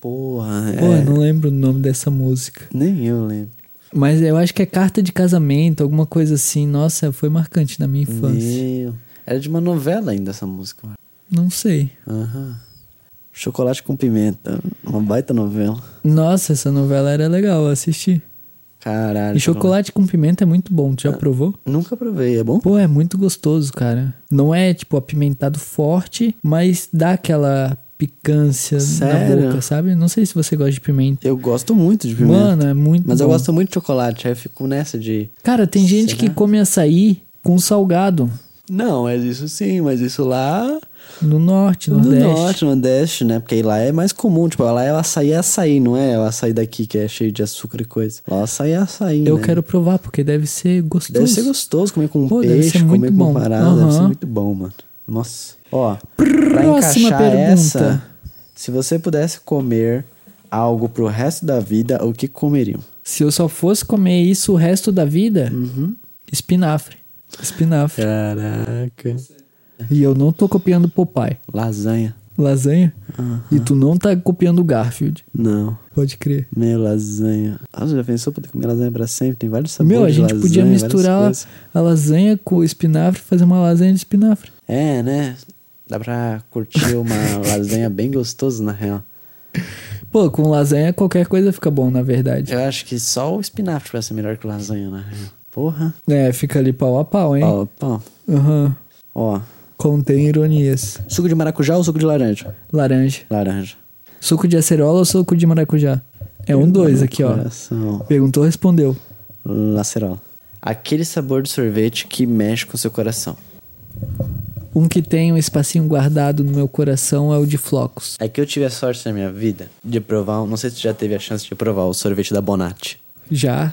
Porra, Pô, eu é. não lembro o nome dessa música. Nem eu lembro. Mas eu acho que é carta de casamento, alguma coisa assim. Nossa, foi marcante na minha infância. Meu. Era de uma novela ainda essa música, eu Não sei. Aham. Chocolate com pimenta. Uma baita novela. Nossa, essa novela era legal, eu assisti. Caralho. E tô falando- chocolate com pimenta é muito bom. Ah. Tu já provou? Nunca provei, é bom? Pô, é muito gostoso, cara. Não é, tipo, apimentado forte, mas dá aquela picância Sério? na boca, sabe? Não sei se você gosta de pimenta. Eu gosto muito de pimenta. Mano, é muito mas eu bom. gosto muito de chocolate, aí eu fico nessa de. Cara, tem gente Será? que come açaí com salgado. Não, mas isso sim, mas isso lá No norte, no nordeste. norte, no Nordeste, né? Porque aí lá é mais comum, tipo, lá é o açaí é açaí, não é o açaí daqui que é cheio de açúcar e coisa. Lá o açaí é açaí, Eu né? quero provar, porque deve ser gostoso. Deve ser gostoso comer com Pô, deve peixe, ser muito comer com bom. parada, deve ser Aham. muito bom, mano. Nossa. Ó, pra Próxima encaixar pergunta. essa, se você pudesse comer algo pro resto da vida, o que comeriam? Se eu só fosse comer isso o resto da vida, Uhum. espinafre. Espinafre. É. Caraca. E eu não tô copiando Popeye. Lasanha. Lasanha? E tu não tá copiando Garfield. Não. Pode crer. Meu, lasanha. Ah, já pensou poder comer lasanha pra sempre? Tem vários sabores Meu, a Tá de gente lasanha, podia várias misturar coisas. a lasanha com o espinafre e fazer uma lasanha de espinafre. É, né? Dá pra curtir uma lasanha bem gostosa, na real. Pô, com lasanha qualquer coisa fica bom, na verdade. Eu acho que só o espinafre vai ser melhor que lasanha, na real. Porra. É, fica ali pau a pau, hein? Ó, pô. Aham. Ó. Contém ironias. Suco de maracujá ou suco de laranja? Laranja. Laranja. Suco de acerola ou suco de maracujá? É um dois aqui, ó. Hum, Coração. Perguntou, respondeu. Lacerola. Aquele sabor de sorvete que mexe com seu coração. Um que tem um espacinho guardado no meu coração é o de flocos. É que eu tive a sorte na minha vida de provar, um- não sei se tu já teve a chance de provar o sorvete da Bonatti. Já.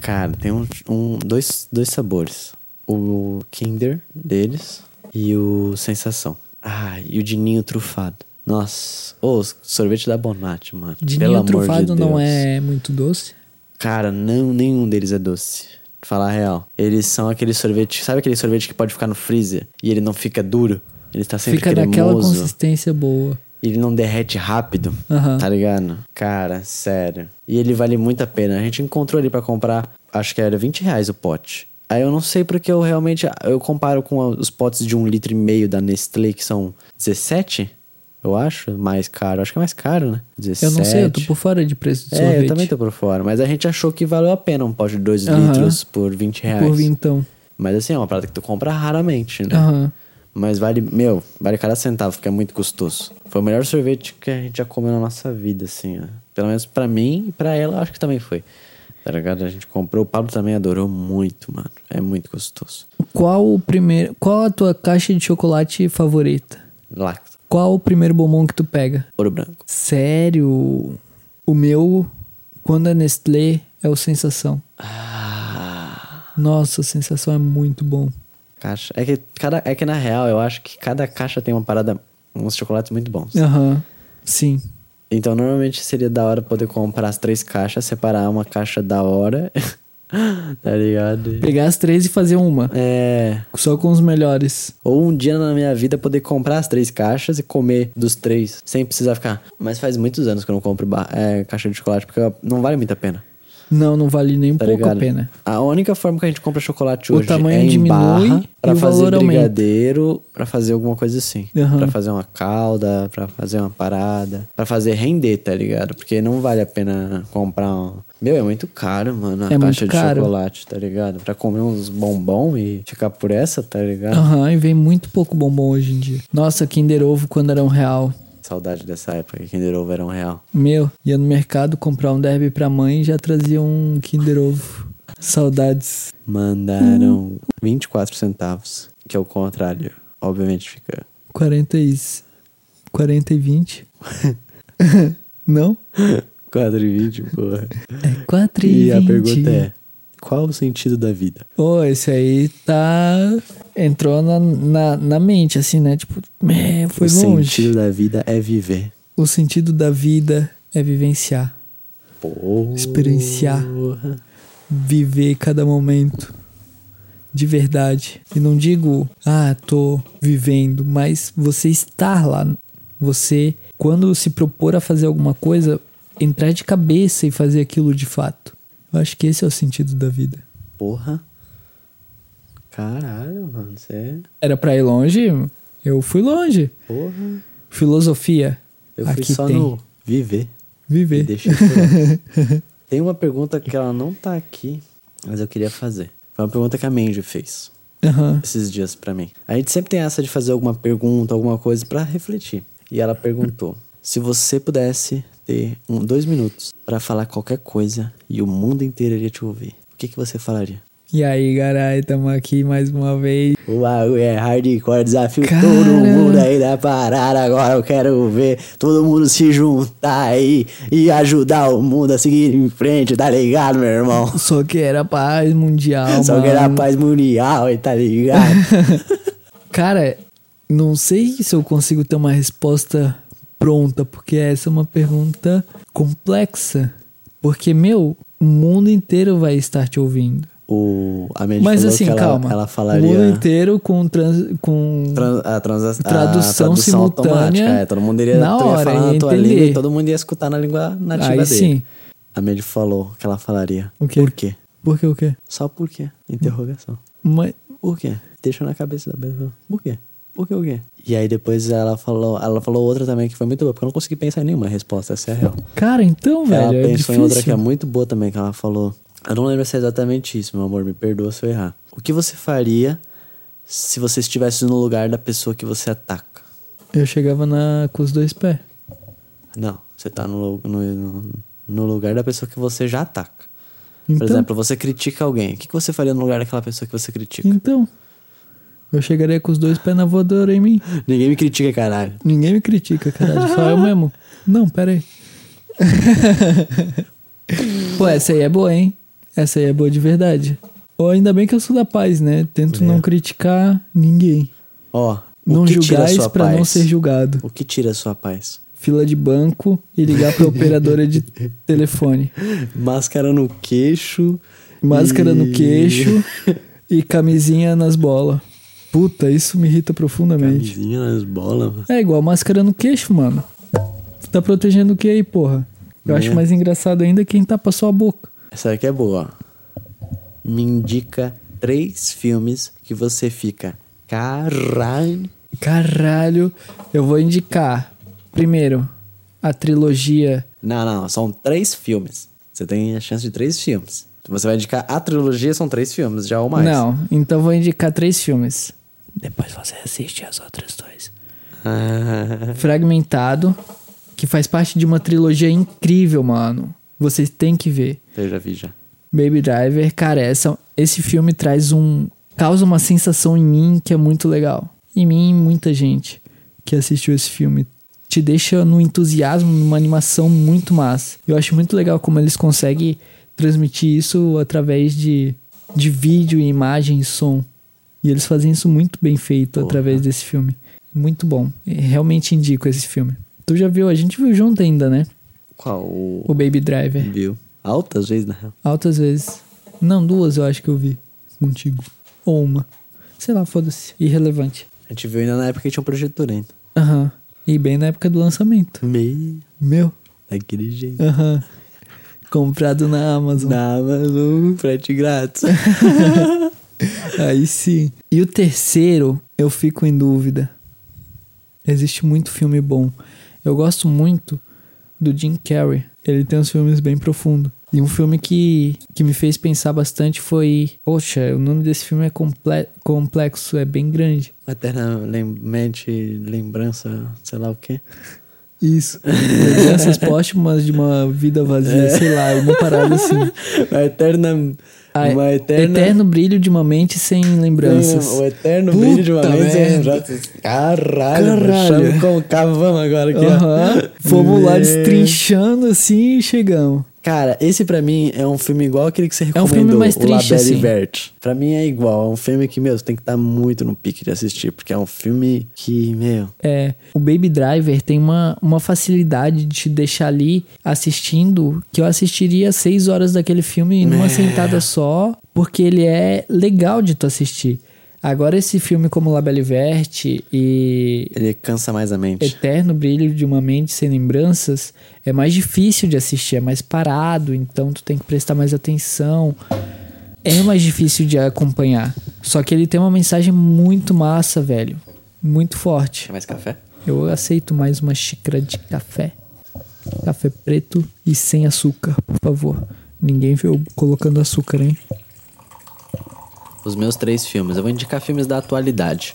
Cara, tem um, um- dois, dois sabores. O Kinder deles e o Sensação. Ah, e o de ninho trufado. Nossa, ô, sorvete da Bonatti, mano. De Pelo ninho amor trufado de Deus. não é muito doce. Cara, não, nenhum deles é doce. Falar a real. Eles são aquele sorvete. Sabe aquele sorvete que pode ficar no freezer e ele não fica duro? Ele tá sempre Fica naquela cremoso. consistência boa. Ele não derrete rápido. Aham. Tá ligado? Cara, sério. E ele vale muito a pena. A gente encontrou ele pra comprar, acho que era 20 reais o pote. Aí eu não sei porque eu realmente. Eu comparo com os potes de um litro e meio da Nestlé, que são 17, eu acho. Mais caro. Acho que é mais caro, né? 17. Eu não sei, eu tô por fora de preço de sorvete. É, eu também tô por fora. Mas a gente achou que valeu a pena um pote de 2 Aham. litros por 20 reais. Por vintão. Mas assim, é uma parada que tu compra raramente, né? Aham. Mas vale, meu, vale cada centavo, porque é muito gostoso. Foi o melhor sorvete que a gente já comeu na nossa vida, assim, ó. Pelo menos pra mim e pra ela, acho que também foi. Tá ligado? A gente comprou, o Pablo também adorou muito, mano. É muito gostoso. Qual o primeiro. Qual a tua caixa de chocolate favorita? Lacta, Qual o primeiro bombom que tu pega? ouro branco. Sério? O meu, quando é Nestlé, é o sensação. Ah. Nossa, a sensação é muito bom. Caixa. É que, cada, é que na real, eu acho que cada caixa tem uma parada, uns chocolates muito bons. Aham. Sim. Então, normalmente seria da hora poder comprar as três caixas, separar uma caixa da hora, tá ligado? Pegar as três e fazer uma. É. Só com os melhores. Ou um dia na minha vida poder comprar as três caixas e comer dos três, sem precisar ficar. Mas faz muitos anos que eu não compro ba- é, caixa de chocolate, porque eu- não vale muito a pena. Não, não vale nem um Tá pouco ligado? a pena. A única forma que a gente compra chocolate O hoje tamanho é em diminui barra, e pra o fazer valor aumenta. brigadeiro, pra fazer alguma coisa assim. Aham. Pra fazer uma calda, pra fazer uma parada, pra fazer render, tá ligado? Porque não vale a pena comprar um... Meu, é muito caro, mano, a É muito caixa de caro. chocolate, tá ligado? Pra comer uns bombom e ficar por essa, tá ligado? Aham, e vem muito pouco bombom hoje em dia. Nossa, Kinder Ovo quando era um real. Saudade dessa época que Kinder Ovo era um real. Meu, ia no mercado comprar um derby pra mãe e já trazia um Kinder Ovo. Saudades. Mandaram Uhum. 24 centavos, que é o contrário. Obviamente fica. 40 e... 40 e 20. Não? 4,20, porra. É 4 e, E a 20. pergunta é: qual o sentido da vida? Ô, esse aí tá... Entrou na, na, na mente, assim, né? Tipo, é, foi o longe. sentido da vida é viver. O sentido da vida é vivenciar, Porra. experienciar, viver cada momento de verdade. E não digo, ah, tô vivendo, mas você estar lá. Você, quando se propor a fazer alguma coisa, entrar de cabeça e fazer aquilo de fato. Eu acho que esse é o sentido da vida. Porra. Caralho, mano. Você é. Era pra ir longe? Eu fui longe. Porra. Filosofia. Eu fui aqui só tem. no viver. E Viver. deixei por lá. Tem uma pergunta que ela não tá aqui, mas eu queria fazer. Foi uma pergunta que a Mandy fez Aham. esses dias pra mim. A gente sempre tem essa de fazer alguma pergunta, alguma coisa pra refletir. E ela perguntou: se você pudesse ter um, dois minutos pra falar qualquer coisa e o mundo inteiro iria te ouvir, o que, que você falaria? E aí, garai, tamo aqui mais uma vez. Uau, é hardcore, desafio Cara. todo mundo aí da parada. Agora eu quero ver todo mundo se juntar aí e ajudar o mundo a seguir em frente, tá ligado, meu irmão? Só que era paz mundial, Só que era mano. paz mundial, tá ligado? Cara, não sei se eu consigo ter uma resposta pronta, porque essa é uma pergunta complexa. Porque, meu, o mundo inteiro vai estar te ouvindo. o, a Mandy Mas falou assim, que ela, calma. ela O mundo falaria inteiro com, trans, com tran- a, transa- a Tradução simultânea automática. É, todo mundo iria, na tu ia hora, falar ia na tua entender. língua e todo mundo ia escutar na língua nativa Aí dele. sim. A Mandy falou que ela falaria. O quê? Por quê? Por que o quê? Só por quê? Interrogação. Mas, Por quê? Deixa na cabeça da pessoa. Por quê? Por que o quê? E aí depois ela falou, ela falou outra também que foi muito boa, porque eu não consegui pensar em nenhuma resposta, essa é a real. cara, então, ela velho, é pensou em outra que é difícil. muito boa também, que ela falou. Eu não lembro se é exatamente isso, meu amor, me perdoa se eu errar. O que você faria se você estivesse no lugar da pessoa que você ataca? Eu chegava na, com os dois pés. Não, você tá no, lu- no, no- no lugar da pessoa que você já ataca. Então, Por exemplo, você critica alguém. O que que você faria no lugar daquela pessoa que você critica? então, eu chegaria com os dois pés na voadora em mim. Ninguém me critica, caralho. Ninguém me critica, caralho. Só eu mesmo. Não, pera aí. Pô, essa aí é boa, hein? Essa aí é boa de verdade. Ou ainda bem que eu sou da paz, né? Tento não criticar ninguém. Ó, É. o não que tira a julgais sua pra paz? não ser julgado. O que tira a sua paz? Fila de banco e ligar pra operadora de telefone. Máscara no queixo. Máscara no e- queixo e camisinha nas bolas. Puta, isso me irrita profundamente. Camisinha nas bolas, mano. É igual máscara no queixo, mano. Tu tá protegendo o que aí, porra? Eu Né? acho mais engraçado ainda quem tapa só a boca. Essa aqui é boa, ó. Me indica três filmes que você fica. Caralho. Caralho, eu vou indicar. Primeiro, a trilogia. Não, não, são três filmes. Você tem a chance de três filmes. Você vai indicar a trilogia, são três filmes, já ou mais. Não, então vou indicar três filmes. Depois você assiste as outras dois. Ah, Fragmentado, que faz parte de uma trilogia incrível, mano. Vocês têm que ver. eu já vi já. Baby Driver, cara, essa, esse filme traz um. causa uma sensação em mim que é muito legal. Em mim e em muita gente que assistiu esse filme. Te deixa no entusiasmo, numa animação muito massa. Eu acho muito legal como eles conseguem transmitir isso através de, de vídeo, imagem e som. E eles fazem isso muito bem feito através desse filme. Muito bom. Realmente indico esse filme. Tu já viu? A gente viu junto ainda, né? Qual? O... O Baby Driver. Viu? Altas vezes, na real. Altas vezes. Não, duas eu acho que eu vi contigo. Ou uma. Sei lá, foda-se. Irrelevante. A gente viu ainda na época que tinha um projetor ainda. Aham. E bem na época do lançamento. Meio. Meu. Daquele jeito. Aham. Comprado na Amazon. Na Amazon, frete grátis. Aí sim. E o terceiro, eu fico em dúvida. Existe muito filme bom. Eu gosto muito do Jim Carrey. Ele tem uns filmes bem profundos. E um filme que, que me fez pensar bastante foi. Poxa, o nome desse filme é comple- complexo, é bem grande. Eternamente lembrança, sei lá o quê. Isso. é Lembranças póstumas de uma vida vazia, É. sei lá, uma parada assim. Uma eterna. Ah, uma eterna. Eterno brilho de uma mente sem lembranças. O eterno Puta brilho de uma mente sem merda. lembranças. Caralho, Caralho. Caralho. Como cavamos agora aqui, ó. Aham. Fomos lá Meu. destrinchando assim e chegamos. Cara, esse pra mim é um filme igual aquele que você um recomendou. filme mais o triste, La Belle assim. Verte. Pra mim é igual. É um filme que, meu, você tem que estar muito no pique de assistir. Porque é um filme que, meu... É, o Baby Driver tem uma, uma facilidade de te deixar ali assistindo que eu assistiria seis horas daquele filme numa É. sentada só, porque ele é legal de tu assistir. Agora esse filme como La Belle Verte e Ele cansa mais a mente. Eterno Brilho de uma Mente Sem Lembranças é mais difícil de assistir, é mais parado, então tu tem que prestar mais atenção. É mais difícil de acompanhar. Só que ele tem uma mensagem muito massa, velho. Muito forte. mais café? Eu aceito mais uma xícara de café. Café preto e sem açúcar, por favor. Ninguém viu colocando açúcar, hein? Os meus três filmes. Eu vou indicar filmes da atualidade,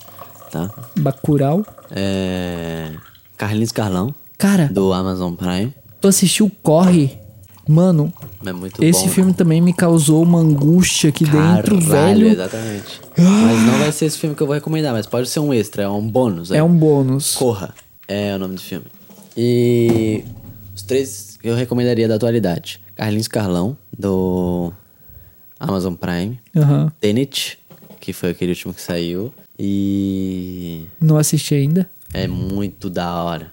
tá? Bacurau. É... Carlinhos Carlão, Cara, do Amazon Prime. tu assistiu Corre? Mano, É muito esse bom. filme também me causou uma angústia aqui dentro, Caralho, velho. exatamente. Mas não vai ser esse filme que eu vou recomendar, mas pode ser um extra, é um bônus. aí. É um bônus. Corra é o nome do filme. E os três eu recomendaria da atualidade. Carlinhos Carlão, do Amazon Prime. Aham. Tenet, que foi aquele último que saiu. E Não assisti ainda. é muito da hora.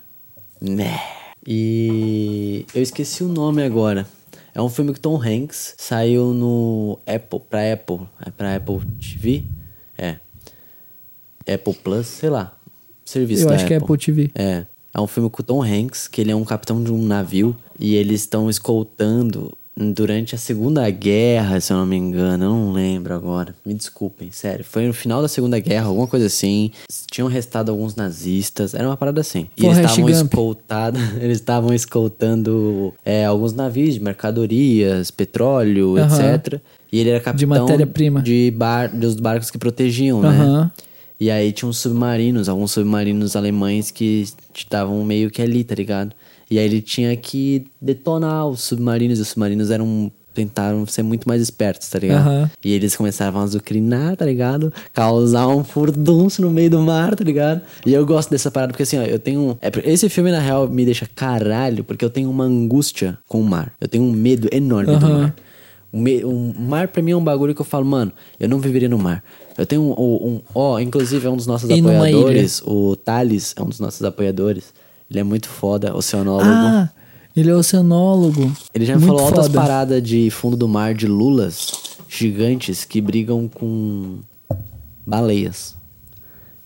Né? E eu esqueci o nome agora. É um filme que Tom Hanks saiu no Apple, pra Apple, é pra Apple TV? É. Apple Plus, sei lá. Serviço Eu da acho que é Apple TV. É. É um filme com o Tom Hanks, que ele é um capitão de um navio e eles estão escoltando durante a Segunda Guerra, se eu não me engano, eu não lembro agora. Me desculpem, sério. Foi no final da Segunda Guerra, alguma coisa assim. Tinham restado alguns nazistas, era uma parada assim. E eles Forrest estavam Gump. escoltado, eles estavam escoltando é, alguns navios de mercadorias, petróleo, Aham. etc. E ele era capitão matéria-prima. de bar, dos barcos que protegiam, Aham. né? E aí tinha uns submarinos, alguns submarinos alemães que estavam meio que ali, tá ligado? E aí ele tinha que detonar os submarinos, e os submarinos eram. Tentaram ser muito mais espertos, tá ligado? Aham. E eles começaram a azucrinar, tá ligado? Causar um furdunço no meio do mar, tá ligado? E eu gosto dessa parada, porque assim, ó, eu tenho. é por- esse filme, na real, me deixa caralho, porque eu tenho uma angústia com o mar. Eu tenho um medo enorme do Aham. mar. O, me- o mar pra mim é um bagulho que eu falo, mano, eu não viveria no mar. Eu tenho um. um, um- ó, inclusive é um dos nossos E numa apoiadores, o Thales é um dos nossos apoiadores. Ele é muito foda, oceanólogo. Ah, ele é oceanólogo. Ele já me Muito falou altas foda. paradas de fundo do mar de lulas gigantes que brigam com baleias.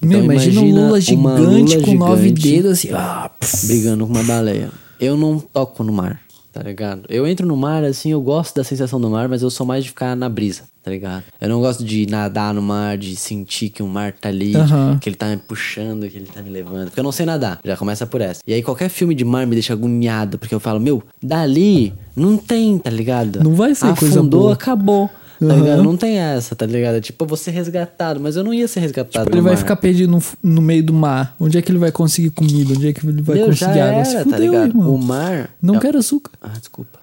Meu, Então, imagina, um Lula uma gigante lula com nove gigante dedos assim. Ah, pff. Brigando com uma baleia. Eu não toco no mar, tá ligado? Eu entro no mar, assim, eu gosto da sensação do mar, mas eu sou mais de ficar na brisa, tá ligado? Eu não gosto de nadar no mar, de sentir que o mar tá ali, Aham. que ele tá me puxando, que ele tá me levando. Porque eu não sei nadar, já começa por essa. E aí qualquer filme de mar me deixa agoniado, porque eu falo, meu, dali não tem, tá ligado? Não vai sair coisa Afundou, boa. acabou. Tá Aham. ligado? Não tem essa, tá ligado? É Tipo, eu vou ser resgatado, mas eu não ia ser resgatado. Tipo, Ele no vai mar. ficar perdido no, f- no meio do mar. Onde é que ele vai conseguir comida? Onde é que ele vai Meu, já conseguir água? Se era, tá fudeu, ligado? irmão. O mar. Não é- quero açúcar. Ah, desculpa.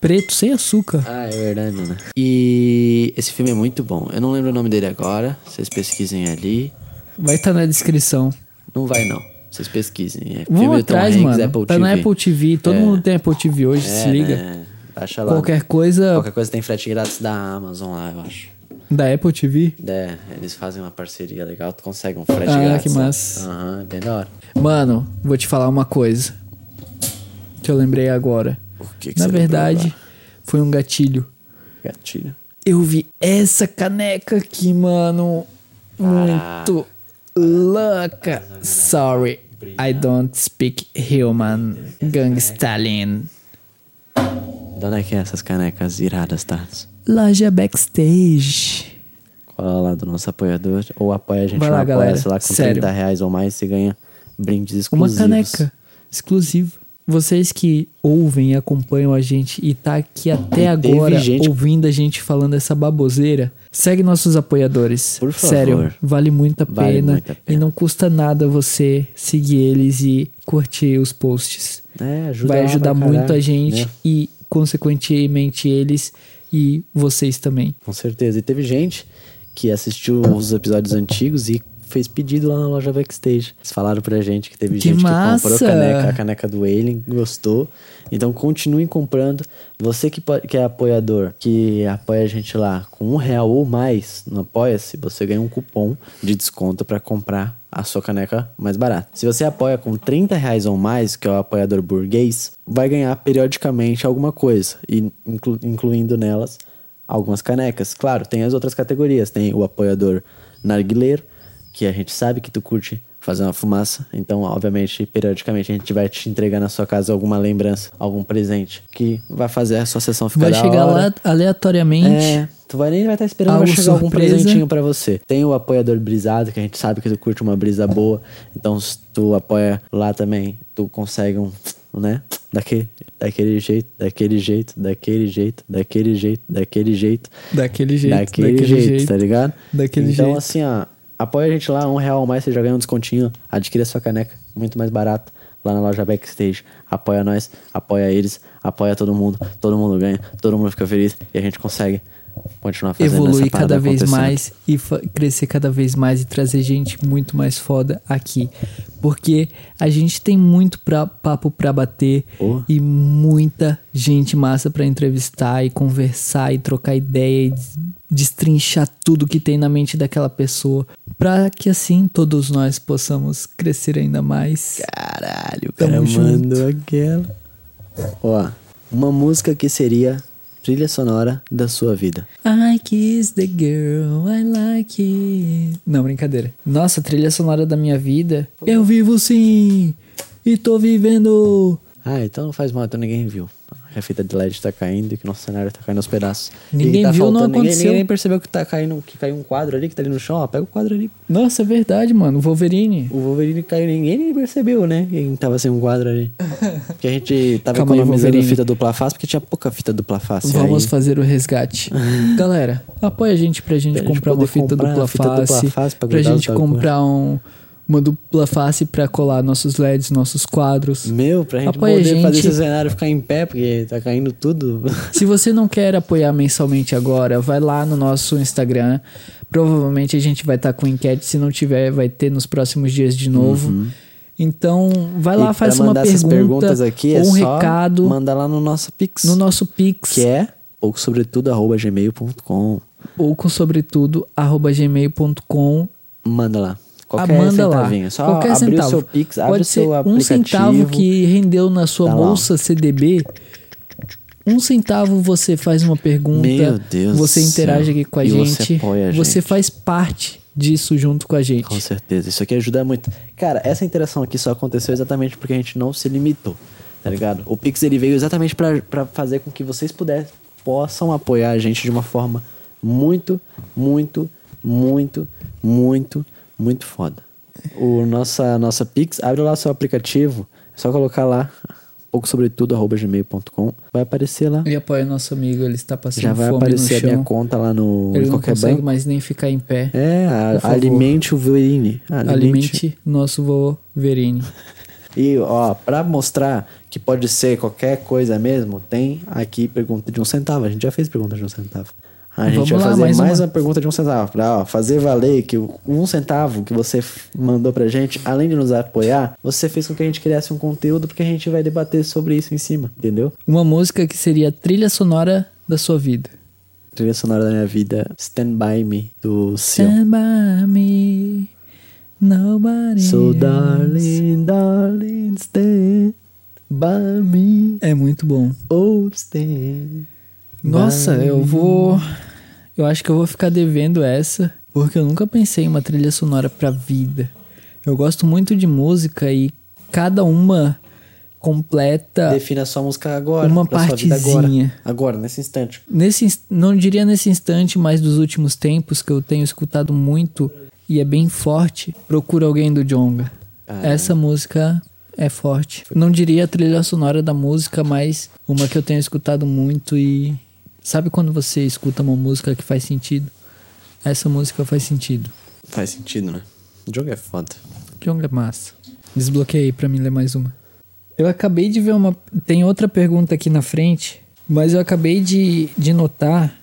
Preto, sem açúcar. Ah, é verdade, né? E esse filme é muito bom. Eu não lembro o nome dele agora. Vocês pesquisem ali. Vai estar na descrição. Não vai, não. Vocês pesquisem. É filme Vamos do Tom atrás, Hanks, mano. Apple tá TV. na Apple TV. Todo É. mundo tem Apple TV hoje, É, se liga. né? Baixa lá. Qualquer coisa Qualquer coisa tem frete grátis da Amazon lá, eu acho. da Apple TV. É, eles fazem uma parceria legal, tu consegue um frete Ah, grátis. que lá. massa. Aham, é bem da hora. Mano, vou te falar uma coisa. Que eu lembrei agora. O que que na você verdade, lembrou foi um gatilho. Gatilho. Eu vi essa caneca aqui, mano. Muito louca. Sorry, I don't speak human. Gangstalin. De onde é que é essas canecas iradas, tá? Loja backstage. Cola lá do nosso apoiador. Ou apoia a gente Vai lá, no galera. Apoia-se lá com Sério. 30 reais ou mais, você ganha brindes Uma exclusivos. caneca exclusiva. Vocês que ouvem e acompanham a gente e tá aqui até teve agora gente- ouvindo a gente falando essa baboseira, segue nossos apoiadores. Por favor. Sério, vale muito a pena. Vale muito a pena. E não custa nada você seguir eles e curtir os posts. É, ajuda Vai lá pra ajudar caralho, muito a gente né? e, consequentemente, eles e vocês também. Com certeza. E teve gente que assistiu os episódios antigos e fez pedido lá na loja backstage. Eles falaram pra gente que teve Que gente que comprou a massa! caneca, a caneca do Alien, gostou. Então continuem comprando. Você que, po- que é apoiador, que apoia a gente lá com um real ou mais no Apoia-se, você ganha um cupom de desconto pra comprar a sua caneca mais barata. Se você apoia com 30 reais ou mais, que é o apoiador burguês, vai ganhar periodicamente alguma coisa, e inclu- incluindo nelas algumas canecas. Claro, tem as outras categorias. Tem o apoiador narguileiro, que a gente sabe que tu curte fazer uma fumaça. Então, obviamente, periodicamente a gente vai te entregar na sua casa alguma lembrança, algum presente que vai fazer a sua sessão ficar Vai Tá da chegar hora. lá aleatoriamente. É, tu vai nem vai estar esperando Algo vai chegar algum surpresa. presentinho pra você. Tem o apoiador brisado, que a gente sabe que tu curte uma brisa boa. Então, se tu apoia lá também, tu consegue um, né? Daquele, daquele jeito, daquele jeito, daquele jeito, daquele jeito, daquele jeito. Daquele jeito, Daquele, daquele jeito, jeito, tá ligado? daquele então, jeito. assim, ó, apoia a gente lá, um real a mais, você já ganha um descontinho. Adquira sua caneca, muito mais barato, lá na loja Backstage. Apoia nós, apoia eles, apoia todo mundo, todo mundo ganha, todo mundo fica feliz e a gente consegue continuar fazendo essa evoluir parada cada vez acontecer. mais e fa- crescer cada vez mais e trazer gente muito mais foda aqui. Porque a gente tem muito pra- papo pra bater Oh. e muita gente massa pra entrevistar e conversar e trocar ideia e des- destrinchar tudo que tem na mente daquela pessoa pra que assim todos nós possamos crescer ainda mais. Caralho, o Tamo cara junto. mandou aquela. Ó, uma música que seria trilha sonora da sua vida. I kiss the girl I like it. Não, brincadeira. Nossa, trilha sonora da minha vida. Eu vivo sim! E tô vivendo! Ah, então não faz mal, então ninguém viu. A fita de LED tá caindo e que nosso cenário tá caindo aos pedaços. Ninguém E tá viu, não faltando- Ninguém, aconteceu. ninguém nem percebeu que tá caindo, que caiu um quadro ali, que tá ali no chão, ó. Pega o quadro ali. Nossa, é verdade, mano. Wolverine. O Wolverine caiu, ninguém nem percebeu, né? Quem tava sem um quadro ali. Porque a gente tava Calma aí, economizando Wolverine. fita dupla face, porque tinha pouca fita dupla face. Vamos aí. fazer o resgate. Galera, apoia a gente pra gente Pra gente comprar uma poder fita comprar dupla a fita dupla face. face pra pra grudar gente os bagulho. comprar um- uma dupla face pra colar nossos LEDs, nossos quadros. Meu, pra gente Apoia a poder fazer gente. esse cenário ficar em pé, porque tá caindo tudo. Se você não quer apoiar mensalmente agora, vai lá no nosso Instagram. Provavelmente a gente vai estar com enquete. Se não tiver, vai ter nos próximos dias de novo. Então, vai lá, Uhum. E faz pra uma mandar essas perguntas pergunta aqui, é ou um só recado Mandar lá no nosso Pix. no nosso Pix Que é poucossobretudo.gmail.com. ou com sobretudo arroba gmail.com. Manda lá. Ah, Qualquer manda lá. centavinho. Só Qualquer abrir centavo. o seu Pix, abre Pode o seu ser um aplicativo. centavo que rendeu na sua Tá lá, ó. bolsa CDB. Um centavo você faz uma pergunta. Meu Deus Você do interage céu. aqui com a E gente. você apoia a Você gente. faz parte disso junto com a gente. Com certeza. Isso aqui ajuda muito. Cara, essa interação aqui só aconteceu exatamente porque a gente não se limitou. Tá ligado? O Pix ele veio exatamente pra- pra fazer com que vocês pudessem, possam apoiar a gente de uma forma muito, muito, muito, muito, muito foda. O nossa, nossa Pix, abre lá seu aplicativo, é só colocar lá pouco sobretudo arroba gmail.com, vai aparecer lá. E apoia nosso amigo, ele está passando Já vai fome aparecer no a chão. minha conta lá no ele em não qualquer consegue banco. mais nem ficar em pé. É, a- Por favor. alimente o Wolverine. Alimente. Alimente nosso Wolverine. E ó, pra mostrar que pode ser qualquer coisa mesmo, tem aqui pergunta de um centavo. A gente já fez pergunta de um centavo. A gente Vamos vai lá, fazer mais mais, uma. uma. pergunta de um centavo pra ó, fazer valer que o- um centavo que você f- mandou pra gente, além de nos apoiar, você fez com que a gente criasse um conteúdo porque a gente vai debater sobre isso em cima, entendeu? Uma música que seria a trilha sonora da sua vida. Trilha sonora da minha vida, Stand By Me, do Sion. Stand by me, nobody So else. darling, darling, stand by me, É muito bom. oh stand. Nossa, eu vou. Eu acho que eu vou ficar devendo essa, porque eu nunca pensei em uma trilha sonora pra vida. Eu gosto muito de música e cada uma completa. Defina sua música agora. Uma pra sua vida partezinha. agora. Agora, nesse instante. Nesse, ins- não diria nesse instante, mas dos últimos tempos que eu tenho escutado muito e é bem forte, Procura Alguém do Jonga. Ah, Essa música é forte. Não diria a trilha sonora da música, mas uma que eu tenho escutado muito e... Sabe quando você escuta uma música que faz sentido? Essa música faz sentido. Faz sentido, né? O jogo é foda. Jonga é massa. Desbloqueei aí pra mim ler mais uma. Eu acabei de ver uma. Tem outra pergunta aqui na frente, mas eu acabei de, de notar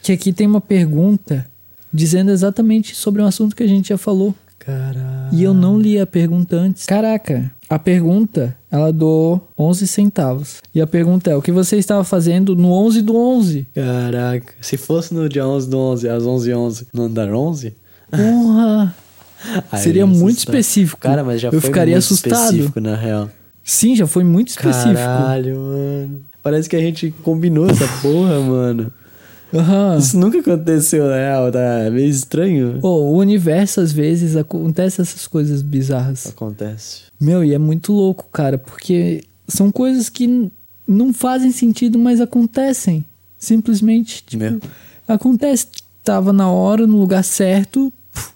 que aqui tem uma pergunta dizendo exatamente sobre um assunto que a gente já falou. Caralho. E eu não li a pergunta antes. Caraca, a pergunta, ela do 11 centavos. E a pergunta é: o que você estava fazendo no 11 do 11? Caraca. Se fosse no dia 11 do 11, às 11 h 11, no andar 11... Porra! aí Seria eu ia muito assustar. específico. Cara, mas já eu foi ficaria muito assustado. específico, na real. Sim, já foi muito específico. Caralho, mano. Parece que a gente combinou essa porra, mano. Aham. Isso nunca aconteceu, na real, tá? É meio estranho. Pô, o universo, às vezes, acontece essas coisas bizarras. Acontece. Meu, e é muito louco, cara, porque são coisas que n- não fazem sentido, mas acontecem. Simplesmente, tipo, Meu. acontece. Tava na hora, no lugar certo, puf,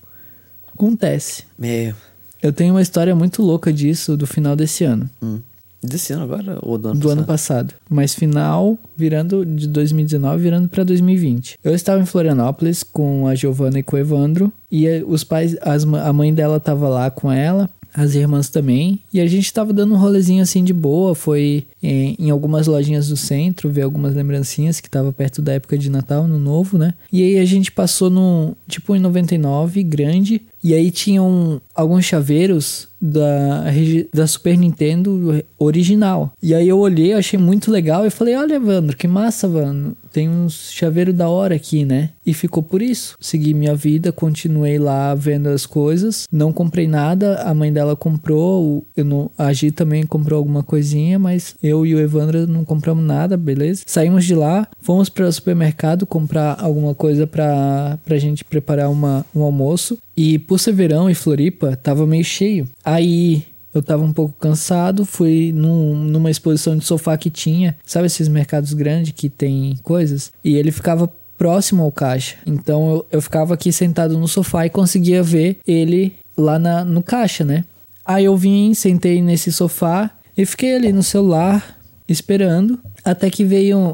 acontece. Meio. Eu tenho uma história muito louca disso do final desse ano, Hum. Desse ano agora? Ou do ano do ano passado? passado. Mas final virando de 2019 virando pra 2020. Eu estava em Florianópolis com a Giovana e com o Evandro e eh, os pais, as ma- a mãe dela tava lá com ela. As irmãs também. E a gente tava dando um rolezinho assim de boa. Foi é, em, em algumas lojinhas do centro, ver algumas lembrancinhas que tava perto da época de Natal, no novo, né? E aí a gente passou num. Tipo, em 99, grande. E aí tinham alguns chaveiros da, regi- da Super Nintendo original. E aí eu olhei, eu achei muito legal e falei: Olha, Evandro, que massa, mano. Tem uns chaveiro da hora aqui, né? E ficou por isso. Segui minha vida, continuei lá vendo as coisas. Não comprei nada, a mãe dela comprou, o- eu não, a Gi também comprou alguma coisinha, mas eu e o Evandro não compramos nada, beleza? Saímos de lá, fomos para o supermercado comprar alguma coisa pra, pra gente preparar uma, um almoço. E por ser verão e Floripa, tava meio cheio. Aí eu tava um pouco cansado, fui num- numa exposição de sofá que tinha, sabe esses mercados grandes que tem coisas? E ele ficava próximo ao caixa. Então eu, eu ficava aqui sentado no sofá e conseguia ver ele lá na- no caixa, né? Aí eu vim, sentei nesse sofá e fiquei ali no celular esperando. Até que veio um,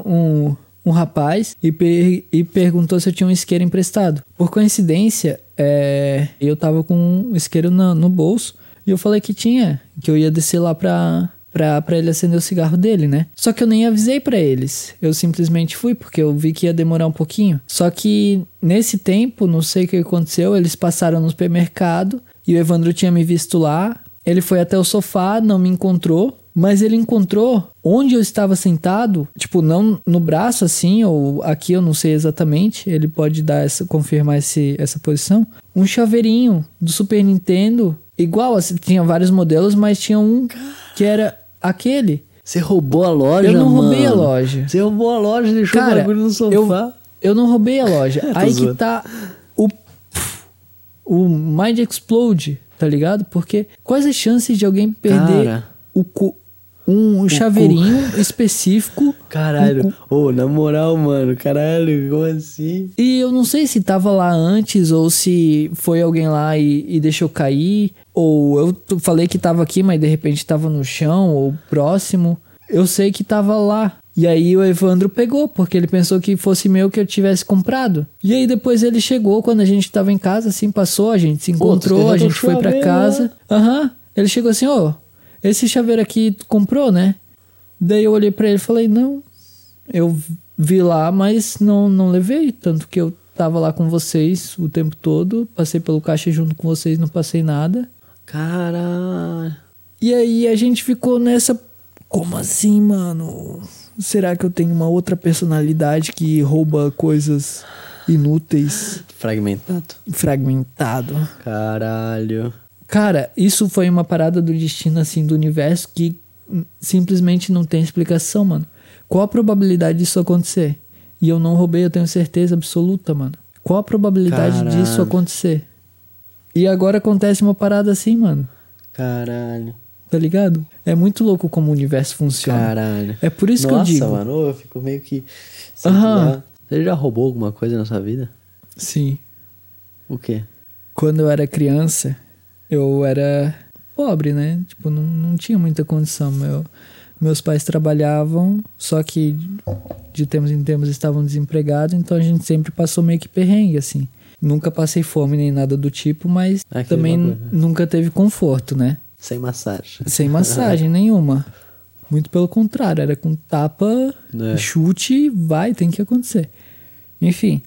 um, um rapaz e, per- e perguntou se eu tinha um isqueiro emprestado. Por coincidência, é, eu tava com um isqueiro na- no bolso e eu falei que tinha, que eu ia descer lá pra. Pra, pra ele acender o cigarro dele, né? Só que eu nem avisei pra eles. Eu simplesmente fui, porque eu vi que ia demorar um pouquinho. Só que nesse tempo, não sei o que aconteceu, eles passaram no supermercado e o Evandro tinha me visto lá. Ele foi até o sofá, não me encontrou, mas ele encontrou onde eu estava sentado, tipo, não no braço assim, ou aqui eu não sei exatamente, ele pode dar essa, confirmar esse, essa posição. Um chaveirinho do Super Nintendo, igual, assim, tinha vários modelos, mas tinha um que era aquele. Você roubou a loja, Eu não mano. roubei a loja. Você roubou a loja, deixou o Cara, bagulho no eu, sofá. eu não roubei a loja. Tô Aí que zoando. tá o, o Mind Explode, tá ligado? Porque quais as chances de alguém perder Cara. o cu- um chaveirinho específico? Caralho. Um Ô, na moral, mano. Caralho, como assim? E eu não sei se tava lá antes ou se foi alguém lá e, e deixou cair. Ou eu t- falei que tava aqui, mas de repente tava no chão ou próximo. Eu sei que tava lá. E aí o Evandro pegou, porque ele pensou que fosse meu que eu tivesse comprado. E aí depois ele chegou quando a gente tava em casa, assim, passou, a gente se encontrou, esqueceu a do gente foi pra chaveiro, casa. né? Aham. Ele chegou assim, ô, esse chaveiro aqui tu comprou, né? Daí eu olhei pra ele e falei, não, eu vi lá, mas não, não levei. Tanto que eu tava lá com vocês o tempo todo, passei pelo caixa junto com vocês, não passei nada. Caralho. E aí a gente ficou nessa. Como assim, mano? Será que eu tenho uma outra personalidade que rouba coisas inúteis, Fragmentado. fragmentado? Caralho. Cara, isso foi uma parada do destino, assim, do universo que hum, simplesmente não tem explicação, mano. Qual a probabilidade disso acontecer? E eu não roubei, eu tenho certeza absoluta, mano. Qual a probabilidade Caralho. disso acontecer? E agora acontece uma parada assim, mano. Caralho. Tá ligado? É muito louco como o universo funciona. Caralho. É por isso Nossa, que eu digo. mano, eu fico meio que. Aham. Aham. Você já roubou alguma coisa na sua vida? Sim. O quê? quando eu era criança, eu era pobre, né? Tipo, não, não tinha muita condição. Meu, meus pais trabalhavam, só que de tempos em tempos estavam desempregados, então a gente sempre passou meio que perrengue, assim. Nunca passei fome nem nada do tipo, mas Aquele também bagulho, né? nunca teve conforto, né? Sem massagem. Sem massagem nenhuma. Muito pelo contrário, era com tapa, É. chute, vai, tem que acontecer. Enfim.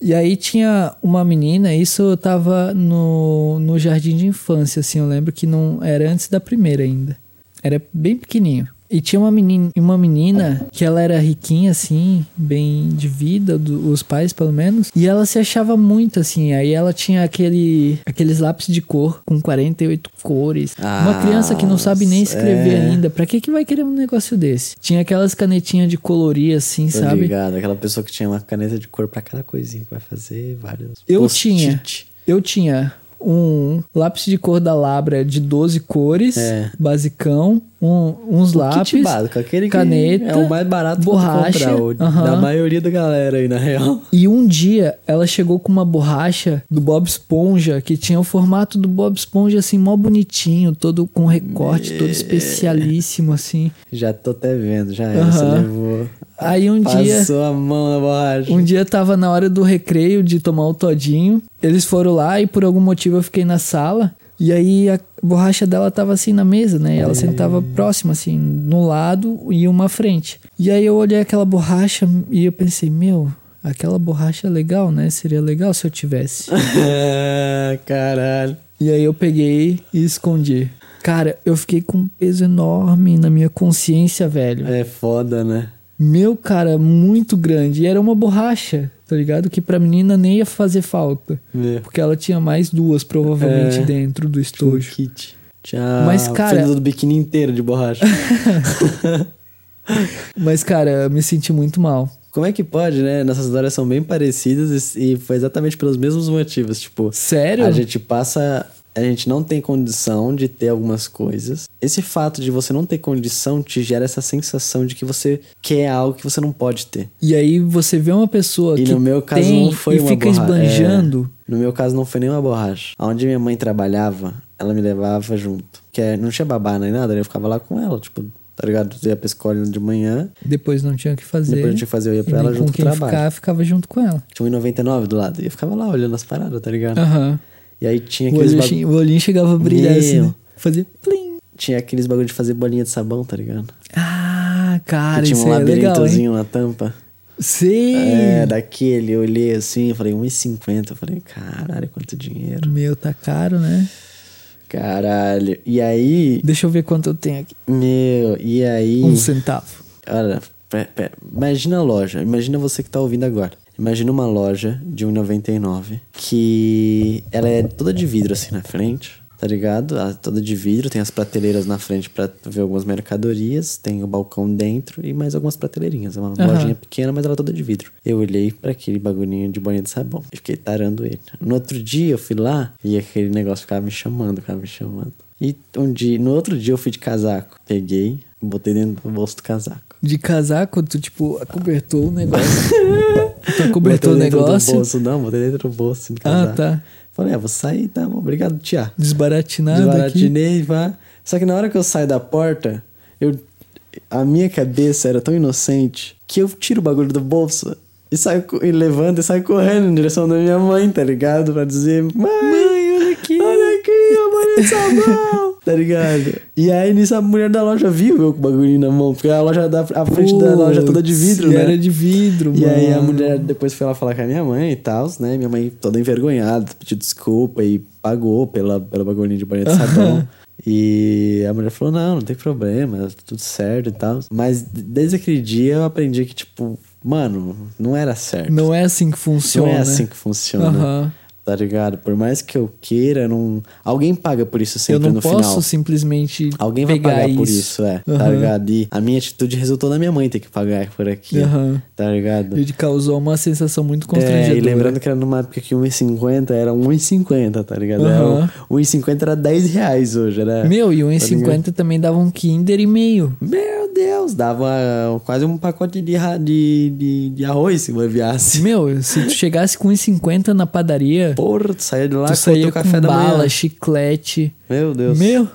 E aí tinha uma menina, isso eu tava no, no jardim de infância, assim, eu lembro que não era antes da primeira ainda. Era bem pequenininho. E tinha uma menina, uma menina que ela era riquinha, assim, bem de vida, do- os pais pelo menos, e ela se achava muito, assim. Aí ela tinha aquele, aqueles lápis de cor com 48 cores. uma Ah, criança que não sabe nem escrever é. ainda, pra que, que vai querer um negócio desse? Tinha aquelas canetinhas de colorir, assim, Tô sabe? ligado. Aquela pessoa que tinha uma caneta de cor pra cada coisinha que vai fazer, vários. Eu tinha. post-it. Eu tinha um lápis de cor da Labra de 12 cores, É. basicão, um- uns lápis, Kit básico, aquele caneta, que é o mais barato pra tu borracha, comprar, o- aham. da maioria da galera aí, na real. E um dia ela chegou com uma borracha do Bob Esponja que tinha o formato do Bob Esponja assim mó bonitinho, todo com recorte, É. todo especialíssimo assim. Já tô até vendo, já era, você Aham. levou. Aí um Passou dia a mão na borracha. Um dia tava na hora do recreio de tomar o todinho. Eles foram lá e por algum motivo eu fiquei na sala. E aí a borracha dela tava assim na mesa, né? E ela sentava próxima, assim, no lado e uma à frente. E aí eu olhei aquela borracha e eu pensei, meu, aquela borracha é legal, né? Seria legal se eu tivesse. Ah, Caralho. E aí eu peguei e escondi. Cara, eu fiquei com um peso enorme na minha consciência, velho. É foda, né? Meu, cara, muito grande. E era uma borracha, tá ligado? Que pra menina nem ia fazer falta. É. Porque ela tinha mais duas, provavelmente, É. dentro do Um estojo. kit. Tinha Mas, cara- a fenda do biquíni inteiro de borracha. Tipo. Mas, cara, eu me senti muito mal. Como é que pode, né? Nossas histórias são bem parecidas e, e foi exatamente pelos mesmos motivos. Tipo, Sério? a gente passa. A gente não tem condição de ter algumas coisas. Esse fato de você não ter condição te gera essa sensação de que você quer algo que você não pode ter. E aí você vê uma pessoa E que no meu caso tem não foi e uma fica borracha. esbanjando. É, no meu caso não foi nenhuma borracha. Onde minha mãe trabalhava, ela me levava junto. Que é, não tinha babá nem nada, eu ficava lá com ela, tipo, tá ligado? Eu ia pra escola de manhã, Depois não tinha o que fazer. É. Depois eu tinha que fazer, eu ia pra E ela nem junto com com quem o trabalho. ficar, ficava junto com ela. tinha um 99 do lado, e eu ficava lá olhando as paradas, tá ligado? Aham. E aí tinha Ah, O, aqueles olhinho, bagulho. o olhinho chegava a brilhar assim, Meu. né? Fazia plim. Tinha aqueles bagulho de fazer bolinha de sabão, tá ligado? Ah, Que cara, tinha isso um é legal, hein? labirintozinho na tampa. Sim! É, daquele, eu olhei assim, eu falei, 1,50. Eu falei, caralho, quanto dinheiro. Meu, tá caro, né? Caralho. E aí, Deixa eu ver quanto eu tenho aqui. meu, e aí. Um centavo. Olha, pera, pera. imagina a loja. Imagina você que tá ouvindo agora. Imagina uma loja de 1,99 que ela é toda de vidro assim na frente, tá ligado? Ela é toda de vidro, tem as prateleiras na frente pra tu ver algumas mercadorias, tem o balcão dentro e mais algumas prateleirinhas. É uma Aham. lojinha pequena, mas ela é toda de vidro. Eu olhei pra aquele bagulhinho de bolinha de sabão e fiquei tarando ele. No outro dia eu fui lá e aquele negócio ficava me chamando, ficava me chamando. E um dia, no outro dia eu fui de casaco. Peguei, botei dentro do bolso do casaco. De casaco, tu, tipo, acobertou o negócio. tu acobertou o Botei dentro Do negócio, bolso, não, botei dentro do bolso. no Ah, casaco. tá. Falei, ah, vou sair, tá bom, obrigado, tia. desbaratinado aqui. Desbaratinei, vá. Só que na hora que eu saio da porta, eu, a minha cabeça era tão inocente que eu tiro o bagulho do bolso e saio co- e levanto e saio correndo em direção da minha mãe, tá ligado? Pra dizer, mãe, olha aqui, olha aqui, a mãe de sabão, tá ligado? E aí nisso a mulher da loja viu eu com o bagulho na mão, porque a loja da, a frente da loja é toda de vidro, Putz, né? Era de vidro, E mano. aí a mulher depois foi lá falar com a minha mãe e tal, né? Minha mãe toda envergonhada, pediu desculpa e pagou pela, pela bagulhinha de banho de sabão. e a mulher falou, não, não tem problema, tá tudo certo e tal. Mas desde aquele dia eu aprendi que, tipo, mano, não era certo. Não é assim que Não funciona. é assim que funciona. Aham. Tá ligado? Por mais que eu queira, não... alguém paga por isso Eu sempre não no posso final. simplesmente Alguém vai pegar pagar isso. por isso, é. Tá Aham. ligado? E a minha atitude resultou na minha mãe ter que pagar por aqui. Aham. Tá ligado? E te causou uma sensação muito É, constrangedora. e lembrando que era numa época que 1,50 era 1,50, tá ligado? Aham. Era um- 1,50 era 10 reais hoje, era... Meu, e tá ligado? 1,50 também dava um Kinder e meio. Meu Deus, dava quase um pacote de, ra- de, de, de arroz se bobeasse. Meu, se tu chegasse com 1,50 na padaria, Porra, tu saía de lá, tu cortou saía o com café da bala, manhã. chiclete. Meu Deus. Meu.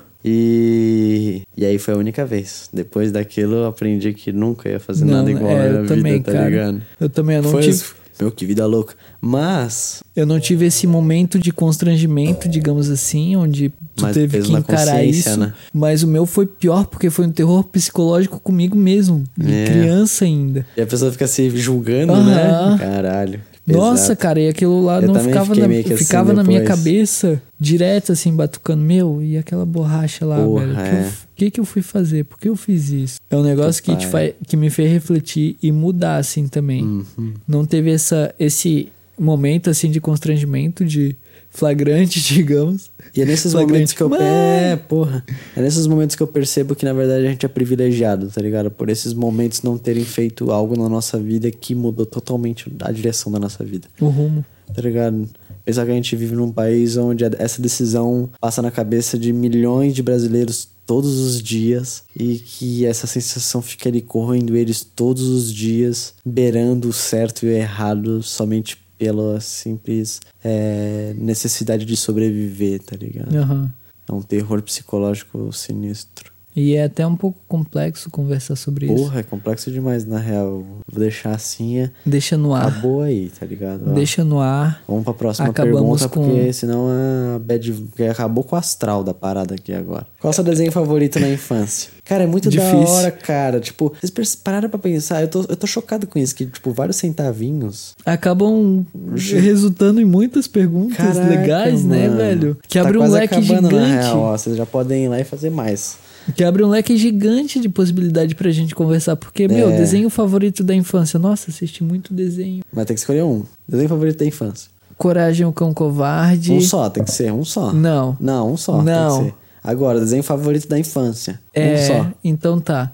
E... e aí foi a única vez. Depois daquilo eu aprendi que nunca ia fazer nada igual é, na eu minha vida, também, tá cara. ligado? Eu também, eu não, Foi... tive, Meu, que vida louca. Mas... eu não tive esse momento de constrangimento, digamos assim, onde tu Mas teve peso que na encarar consciência, isso. né? Mas o meu foi pior, porque foi um terror psicológico comigo mesmo, de É. criança ainda. E a pessoa fica se julgando, né? Aham. Caralho. que Nossa, Exato. cara, e aquilo lá Eu não também ficava, fiquei na, meio que assim ficava na minha depois. cabeça direto, assim, batucando. Meu, e aquela borracha lá, Porra, velho? O que, eu é. f- que, que eu fui fazer? Por que eu fiz isso? É um negócio que, te Papai. faz, que me fez refletir e mudar, assim, também. Uhum. Não teve essa, esse momento, assim, de constrangimento, de flagrante, digamos. E é nesses Flagrante. momentos que eu. Mãe! É, porra. É nesses momentos que eu percebo que, na verdade, a gente é privilegiado, tá ligado? Por esses momentos não terem feito algo na nossa vida que mudou totalmente a direção da nossa vida. O rumo. Tá ligado? Apesar que a gente vive num país onde essa decisão passa na cabeça de milhões de brasileiros todos os dias e que essa sensação fica ali corroendo eles todos os dias, beirando o certo e o errado somente pela simples é, necessidade de sobreviver, tá ligado? Aham. É um terror psicológico sinistro. E é até um pouco complexo conversar sobre isso. Porra, é complexo demais, na real. Vou deixar assim, é- Deixa no ar. acabou aí, tá ligado? Ó. Deixa no ar. Vamos pra próxima Acabamos pergunta, com- porque senão é a bad... porque acabou com o astral da parada aqui agora. Qual seu desenho favorito na infância? Cara, é muito Difícil. da hora, cara. Tipo, vocês pers- pararam pra pensar, eu tô, eu tô chocado com isso, que, tipo, vários centavinhos... acabam resultando em muitas perguntas Caraca, legais, né, mano. velho? Que Tá abre um quase leque acabando, na gigante. real, ó. Vocês já podem ir lá e fazer mais. Que abre um leque gigante de possibilidade pra gente conversar. Porque, meu, É. desenho favorito da infância. Nossa, assisti muito desenho. Mas tem que escolher um. Desenho favorito da infância. Coragem, o Cão Covarde. Um só, tem que ser um só. Não. Não, um só. tem que Não. ser. Agora, desenho favorito da infância. É, Um só. então tá.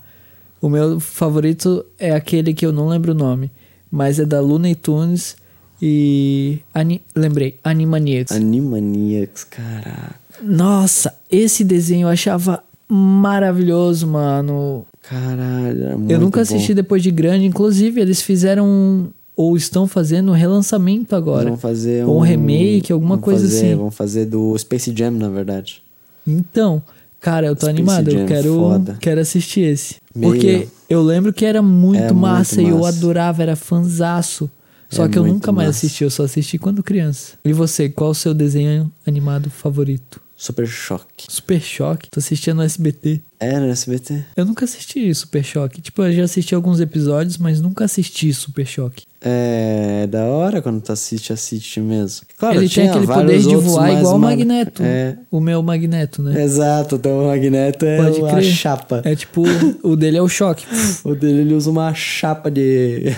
O meu favorito é aquele que eu não lembro o nome. Mas é da Looney Tunes e... Ani- Lembrei, Animaniacs. Animaniacs, caraca. Nossa, esse desenho eu achava maravilhoso, mano. Caralho, era muito Eu nunca bom. assisti depois de grande. Inclusive, eles fizeram um- ou estão fazendo um relançamento agora. Vamos fazer Ou um remake, alguma vamos coisa fazer- assim. Vamos fazer do Space Jam, na verdade. Então, cara, eu tô Space animado. eu Jam, quero, foda. quero assistir esse. Meu. Porque eu lembro que era muito É muito massa e eu massa. adorava, era fanzaço. Só É que eu muito nunca mais massa. assisti, eu só assisti quando criança. E você, qual o seu desenho animado favorito? Super Choque. É, né, Super Choque, tô assistindo no SBT. Era no SBT? Eu nunca assisti Super Choque. Tipo, eu já assisti alguns episódios, mas nunca assisti Super Choque. É, é da hora quando tu assiste, assiste mesmo. Claro, ele tem tinha aquele poder vários de outros, voar mas igual o ma- Magneto. É, O meu Magneto, né? exato, então o Magneto é Pode uma crer. chapa. É tipo, o dele é o choque. O dele ele usa uma chapa de...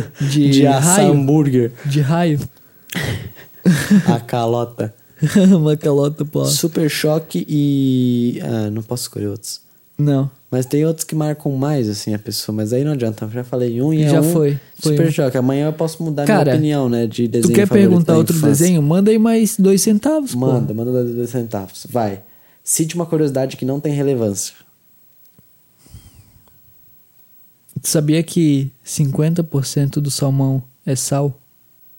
De assar raio. hambúrguer. De raio. A calota. Uma calota, pô. Super Choque e... Ah, não posso escolher outros. Não. Mas tem outros que marcam mais, assim, a pessoa. Mas aí não adianta. Eu já falei um e é Já um. foi, foi Super um. choque. Amanhã eu posso mudar Cara, minha opinião, né? De desenho tu quer favorito perguntar da outro infância. desenho? Manda aí mais dois centavos, pô. Manda, manda dois dois centavos. Vai. Cite uma curiosidade que não tem relevância. Tu sabia que 50% do salmão é sal?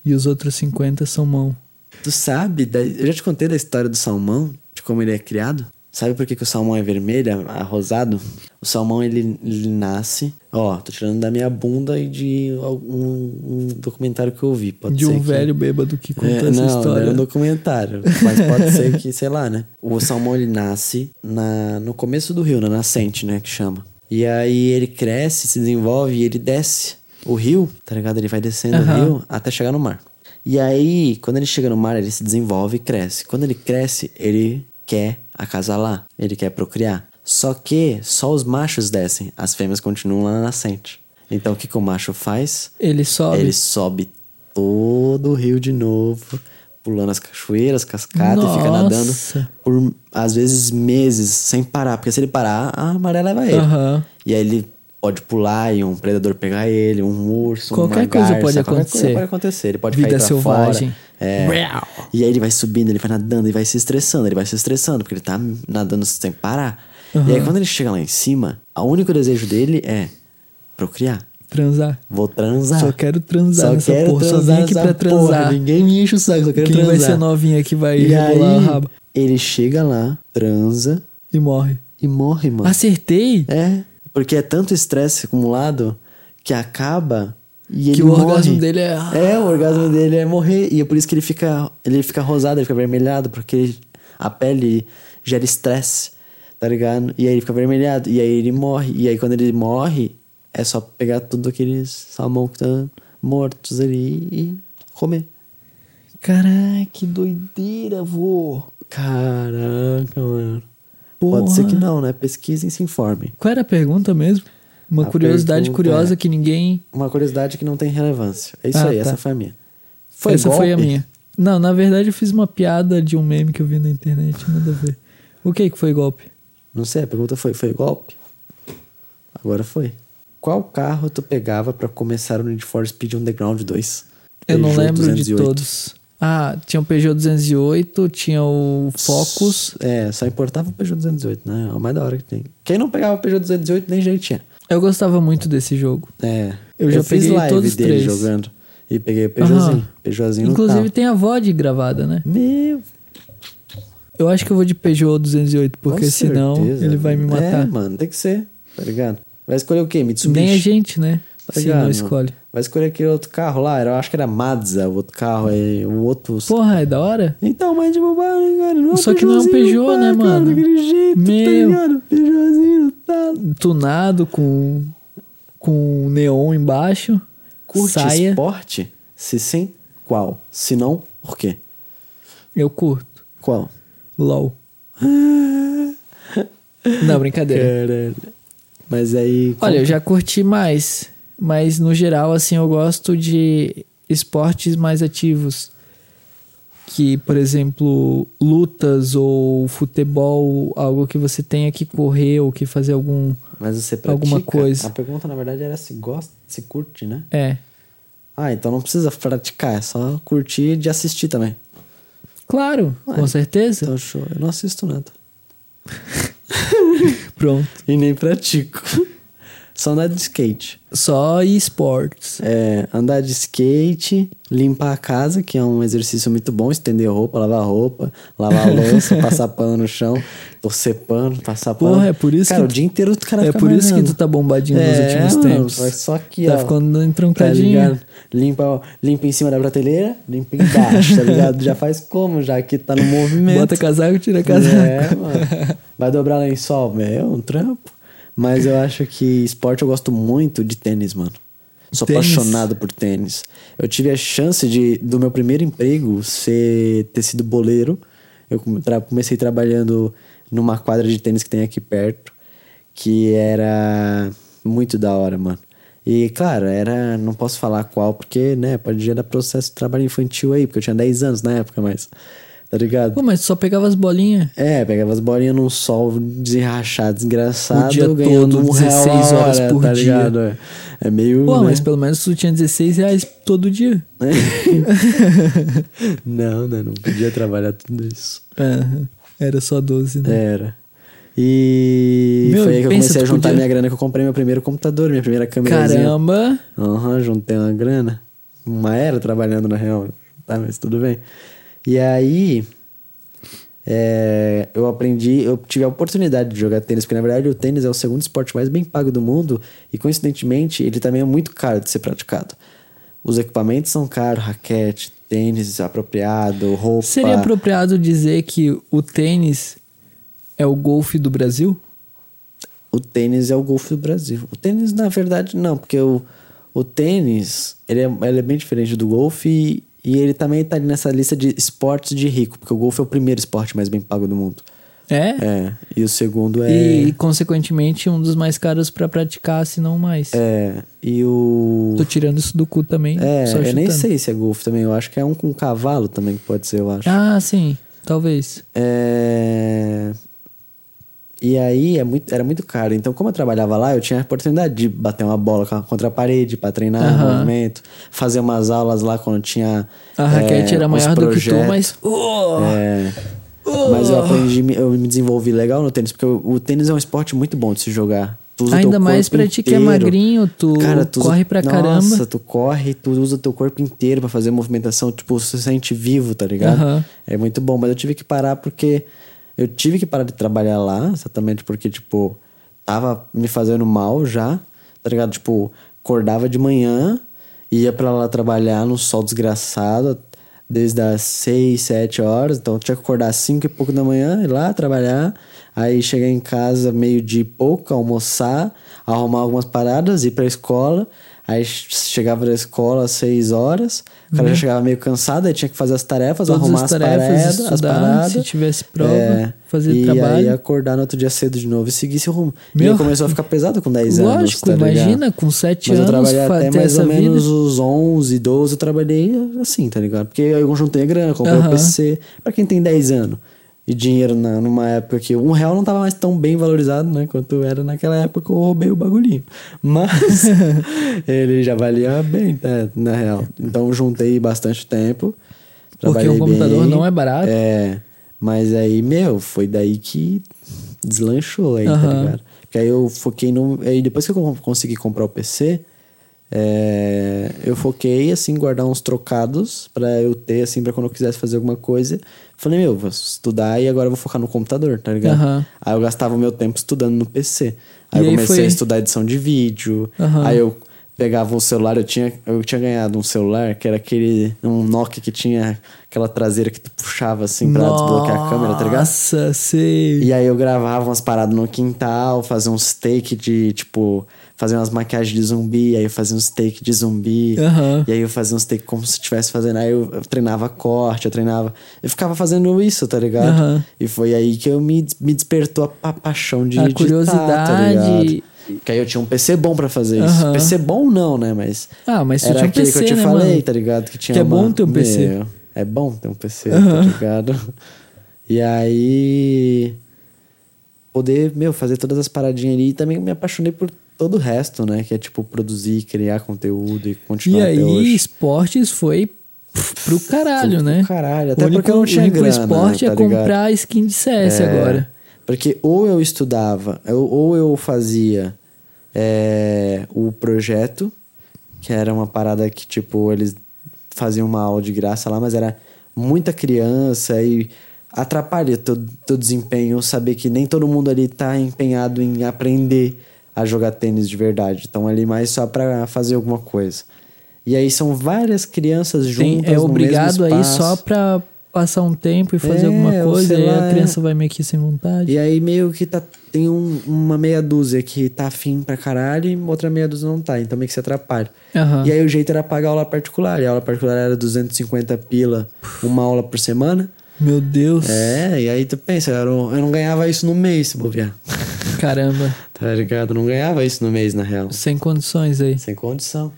E os outros 50% são mão. Tu sabe? da- Eu já te contei da história do salmão, de como ele é criado. Sabe por que, que o salmão é vermelho, a- rosado? O salmão, ele, ele nasce... Ó, tô tirando da minha bunda e de algum um documentário que eu vi. Pode De ser um que- velho bêbado que conta É, essa não, história. Era um documentário. Mas pode ser que, sei lá, né? O salmão ele nasce na, no começo do rio, na nascente, né? Que chama. E aí ele cresce, se desenvolve e ele desce o rio, tá ligado? Ele vai descendo Aham. o rio até chegar no mar. E aí, quando ele chega no mar, ele se desenvolve e cresce. Quando ele cresce, ele quer acasalar, ele quer procriar. Só que só os machos descem, as fêmeas continuam lá na nascente. Então o que, que o macho faz? Ele sobe. Ele sobe todo o rio de novo, pulando as cachoeiras, cascata, e fica nadando Nossa. por, às vezes, meses sem parar. Porque se ele parar, a maré leva ele. Aham. E aí ele pode pular e um predador pegar ele, um urso, Qualquer uma coisa garça, pode qualquer acontecer. coisa pode acontecer. Ele pode Vida cair pra selvagem. fora. É. E aí ele vai subindo, ele vai nadando, ele vai se estressando, ele vai se estressando, porque ele tá nadando sem parar. E aí quando ele chega lá em cima, o único desejo dele é procriar. Transar. Vou transar. Só quero transar Só nessa quero porra, só transar vim aqui nessa pra transar. porra, Ninguém me enche o saco, só quero Quem transar. vai ser novinha que vai e aí, rebolar o rabo? ele chega lá, transa E morre. e morre, mano. Acertei? É, porque é tanto estresse acumulado que acaba e Que ele o morre. orgasmo dele é- É, o orgasmo dele é morrer e é por isso que ele fica, ele fica rosado, ele fica vermelhado porque ele- a pele gera estresse, tá ligado? E aí ele fica vermelhado e aí ele morre e aí quando ele morre é só pegar tudo aqueles salmão que tá mortos ali e comer. Caraca, que doideira, vô. Caraca, mano. Porra. Pode ser que não, né? Pesquisem e se informem. Qual era a pergunta mesmo? Uma A curiosidade pergunta curiosa é- que ninguém. Uma curiosidade que não tem relevância. É isso Ah, aí, tá. essa foi a minha. Foi Essa foi a golpe? minha. Não, na verdade eu fiz uma piada de um meme que eu vi na internet, nada a ver. O que que foi golpe? Não sei, a pergunta foi, foi golpe? Agora foi. Qual carro tu pegava pra começar o Need for Speed Underground 2? Eu não Peugeot lembro 208. de todos. Ah, tinha o Peugeot 208, tinha o Focus. É, só importava o Peugeot 208, né? É o mais da hora que tem. Quem não pegava o Peugeot 208 nem jeito tinha. Eu gostava muito desse jogo. É. Eu já fiz peguei live todos os dele três. jogando. E peguei o Peugeotzinho. Aham. Peugeotzinho no Inclusive talo. tem a VOD gravada, né? Meu. Eu acho que eu vou de Peugeot 208, porque com senão certeza, ele vai me mano. É, matar. mano, tem que ser, tá ligado? Vai escolher o quê? Mitsubishi? Nem a gente, né? Tá Se ligado, não mano? escolhe. Vai escolher aquele outro carro lá, era- eu acho que era Mazda, o outro carro aí, o outro... Porra, é da hora? Então, mas de bobagem, cara. Não é um Só que não é um Peugeotzinho, Peugeot, né, pá, cara, mano? Daquele jeito, tá Meu. ligado? Peugeotzinho, tá... Tunado com, com neon embaixo. Curte saia. esporte? Se sim, qual? Se não, por quê? Eu curto. Qual? LOL. Não, brincadeira. Caralho. Mas aí... Olha, eu já curti mais. Mas no geral, assim, eu gosto de esportes mais ativos. Que, por exemplo, lutas ou futebol, algo que você tenha que correr ou que fazer algum. Mas você pratica? alguma coisa. A pergunta, na verdade, era se gosta, se curte, né? É. Ah, então não precisa praticar, é só curtir e de assistir também. Claro, com certeza. Então, show. Eu não assisto nada. Pronto. E nem pratico. Só andar de skate. Só esportes. É, andar de skate, limpar a casa, que é um exercício muito bom, estender roupa, lavar roupa, lavar a louça, passar pano no chão, torcer pano, passar pano. Porra, é por isso cara, que o tu- dia inteiro o cara É fica por isso que malhando. tu tá bombadinho nos É, últimos mano, tempos. Só que, tá ó, ficando Tá entroncadinho. ligado? Limpa, limpa em cima da prateleira, limpa embaixo, tá ligado? Já faz como, já que tá no movimento. Bota casaco, tira casaco. É, mano. Vai dobrar lençol, velho. É um trampo. Mas eu acho que esporte eu gosto muito de tênis, mano. Sou Tênis? apaixonado por tênis. Eu tive a chance de, do meu primeiro emprego ser, ter sido boleiro. Eu come- tra- comecei trabalhando numa quadra de tênis que tem aqui perto, que era muito da hora, mano. E, claro, era. Não posso falar qual, porque, né, pode gerar processo de trabalho infantil aí, porque eu tinha 10 anos na época, mas. Tá ligado? Pô, mas tu só pegava as bolinhas. É, pegava as bolinhas num sol desrachado, desgraçado, O dia ganhando todo, um real 16 horas a hora, por tá dia. ligado? É, É meio. Pô, né? mas pelo menos tu tinha 16 reais todo dia. não, né? Não podia trabalhar tudo isso. É, era só 12, né? Era. E Meu, foi aí que eu pensa, comecei a tu juntar podia- minha grana que eu comprei meu primeiro computador, minha primeira câmerazinha. Caramba! Aham, juntei uma grana. Uma era trabalhando na real, tá? Mas tudo bem. E aí. é, eu aprendi, eu tive a oportunidade de jogar tênis, porque na verdade o tênis é o segundo esporte mais bem pago do mundo e coincidentemente ele também é muito caro de ser praticado. Os equipamentos são caros, raquete, tênis apropriado, roupa. Seria apropriado dizer que o tênis é o golfe do Brasil? O tênis é o golfe do Brasil. O tênis, na verdade, não, porque o, o tênis, ele é, ele é bem diferente do golfe e, e ele também tá ali nessa lista de esportes de rico, porque o golfe é o primeiro esporte mais bem pago do mundo. É? É, e o segundo é... E, consequentemente, um dos mais caros pra praticar, se não mais. É, e o... Tô tirando isso do cu também. É, só eu nem chutando. sei se é golfe também, eu acho que é um com cavalo também que pode ser, eu acho. Ah, sim. Talvez. É... E aí é muito, era muito caro. Então, como eu trabalhava lá, eu tinha a oportunidade de bater uma bola com a- contra a parede pra treinar Aham. movimento, fazer umas aulas lá quando tinha. A raquete é, era uns maior do que tu, projetos. mas... Oh! É. Mas eu aprendi, eu me desenvolvi legal no tênis, porque o, o tênis é um esporte muito bom de se jogar. Tu usa Ainda teu mais corpo pra ti que é inteiro. magrinho, tu corre pra nossa, caramba. tu corre, tu usa teu corpo inteiro pra fazer movimentação, tipo, você se sente vivo, tá ligado? Aham. É muito bom, mas eu tive que parar porque eu tive que parar de trabalhar lá, exatamente porque, tipo, tava me fazendo mal já, tá ligado? Tipo, acordava de manhã, ia pra lá trabalhar no sol desgraçado, desde as 6, 7 horas, então eu tinha que acordar às 5 e pouco da manhã, ir lá trabalhar, aí chegar em casa meio dia e pouco, almoçar, arrumar algumas paradas, ir pra escola, Aí chegava da escola às 6 horas, o cara já chegava meio cansado, aí tinha que fazer as tarefas, Todas arrumar as as, tarefas, paredas, as estudar, paradas. se tivesse prova, É, fazer e trabalho. aí acordar no outro dia cedo de novo e seguir esse rumo. Meu, e aí começou a ficar pesado com 10 anos. Lógico, tá ligado? imagina, com 7 Mas eu anos trabalhei fa- até ter mais essa ou vida. menos os 11, 12, eu trabalhei assim, tá ligado? Porque eu juntei grana, comprei o Aham. PC. Pra quem tem 10 anos e dinheiro na- numa época que um real não tava mais tão bem valorizado, né? Quanto era naquela época que eu roubei o bagulhinho. Mas ele já valia bem, né, na real. Então eu juntei bastante tempo. Porque trabalhei um computador bem. não é barato. É. Mas aí, meu, foi daí que deslanchou aí, tá Aham. ligado? Porque aí eu foquei no. Aí depois que eu con- consegui comprar o PC, é, eu foquei, assim, guardar uns trocados pra eu ter, assim, pra quando eu quisesse fazer alguma coisa. Falei, meu, vou estudar e agora eu vou focar no computador, tá ligado? Aham. Aí eu gastava o meu tempo estudando no PC. Aí eu E aí comecei foi- a estudar edição de vídeo. Aham. Aí eu pegava um celular, eu tinha, eu tinha ganhado um celular que era aquele. Um Nokia que tinha aquela traseira que tu puxava assim pra desbloquear a câmera, tá ligado? Nossa, sei. E aí eu gravava umas paradas no quintal, fazia uns take de, tipo, fazer umas maquiagens de zumbi, aí eu fazia uns take de zumbi. Aham. E aí eu fazia uns take como se estivesse fazendo. Aí eu, eu treinava corte, eu treinava. Eu ficava fazendo isso, tá ligado? Aham. E foi aí que eu me, me despertou a, pa- paixão de A editar, curiosidade. tá ligado? Porque aí eu tinha um PC bom pra fazer isso. Aham. PC bom não, né? Mas. Ah, mas tu era tinha um aquele que eu PC, te né, falei, mano? tá ligado? Que tinha Que é uma- bom ter um PC. Meu, é bom ter um PC, tá ligado? E aí. Poder, meu, fazer todas as paradinhas ali e também me apaixonei por todo o resto, né? Que é tipo produzir, criar conteúdo e E continuar até aí, hoje. esportes foi pf, pro caralho, Pro né? caralho, até o único, porque eu não tinha o único grana, esporte é tá ligado? comprar skin de CS É, agora. Porque ou eu estudava, eu- ou eu fazia é, o projeto, que era uma parada que, tipo, eles faziam uma aula de graça lá, mas era muita criança e atrapalha teu, teu desempenho saber que nem todo mundo ali tá empenhado em aprender a jogar tênis de verdade. Estão ali mais só pra fazer alguma coisa. E aí são várias crianças Tem, juntas é no mesmo obrigado aí espaço. só pra passar um tempo e É, fazer alguma ou coisa, sei e aí lá, a é. criança vai meio que sem vontade. E aí meio que tá, tem um- uma meia dúzia que tá afim pra caralho e outra meia dúzia não tá, então meio que se atrapalha. Aham. E aí o jeito era pagar aula particular, e a aula particular era 250 pila, uma aula por semana. Meu Deus, É, e aí tu pensa, eu não, eu não ganhava isso no mês, se bobear. caramba, tá ligado? Eu não ganhava isso no mês, na real. sem condições aí. Sem condição.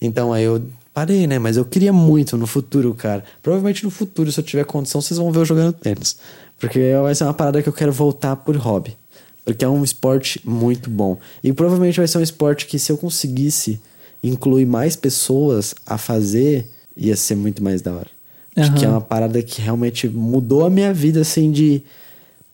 Então aí eu parei, né? Mas eu queria muito no futuro, cara. Provavelmente no futuro, se eu tiver condição, vocês vão ver eu jogando tênis. Porque vai ser uma parada que eu quero voltar por hobby. Porque é um esporte muito bom. E provavelmente vai ser um esporte que, se eu conseguisse incluir mais pessoas a fazer, ia ser muito mais da hora. Porque é Aham. uma parada que realmente mudou a minha vida, assim, de.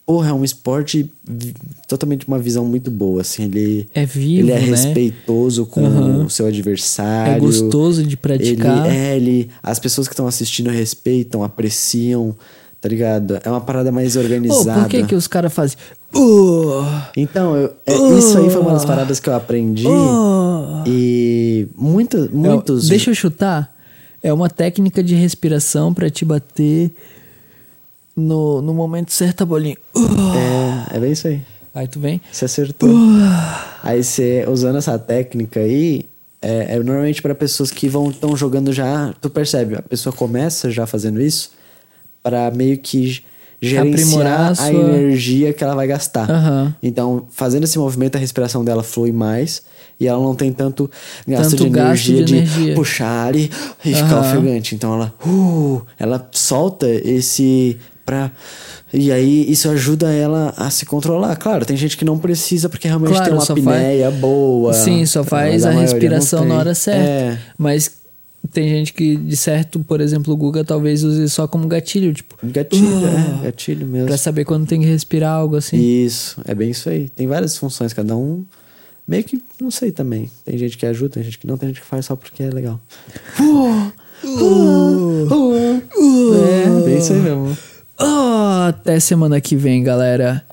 Porra, é um esporte vi- totalmente uma visão muito boa, assim. Ele É vivo, ele é né? respeitoso com Aham. o seu adversário. É gostoso de praticar. Ele, é, ele, as pessoas que estão assistindo respeitam, apreciam, tá ligado? É uma parada mais Pô, organizada. por que que os caras fazem... Uh, Então, eu- é, Oh. isso aí foi uma das paradas que eu aprendi. Oh. E muita, É, muitos. Deixa eu chutar. É uma técnica de respiração pra te bater no, no momento certo a bolinha. Uh. É, é bem isso aí. Aí tu vem. Você acertou. Aí você, usando essa técnica aí, é, é normalmente para pessoas que vão estão jogando já. Tu percebe, a pessoa começa já fazendo isso para meio que Aprimorar gerenciar a a, sua- energia que ela vai gastar. Aham. Então, fazendo esse movimento, a respiração dela flui mais e ela não tem tanto gasto, Tanto de, gasto de energia, de energia. puxar e, e Aham. ficar ofegante. Então ela, uh, ela solta esse pra e aí isso ajuda ela a se controlar. Claro, tem gente que não precisa porque realmente Claro, tem uma só apneia boa. né, Sim, só mas faz a maioria respiração não na tem. hora certa. É. Mas tem gente que, de certo, por exemplo, o Guga talvez use só como gatilho, tipo, Gatilho, Uh. é, gatilho mesmo. pra saber quando tem que respirar algo assim. Isso, é bem isso aí. Tem várias funções, cada um meio que, não sei também. Tem gente que ajuda, tem gente que não, tem gente que faz só porque é legal. Uh, É, bem isso aí mesmo. Ah, até semana que vem, galera.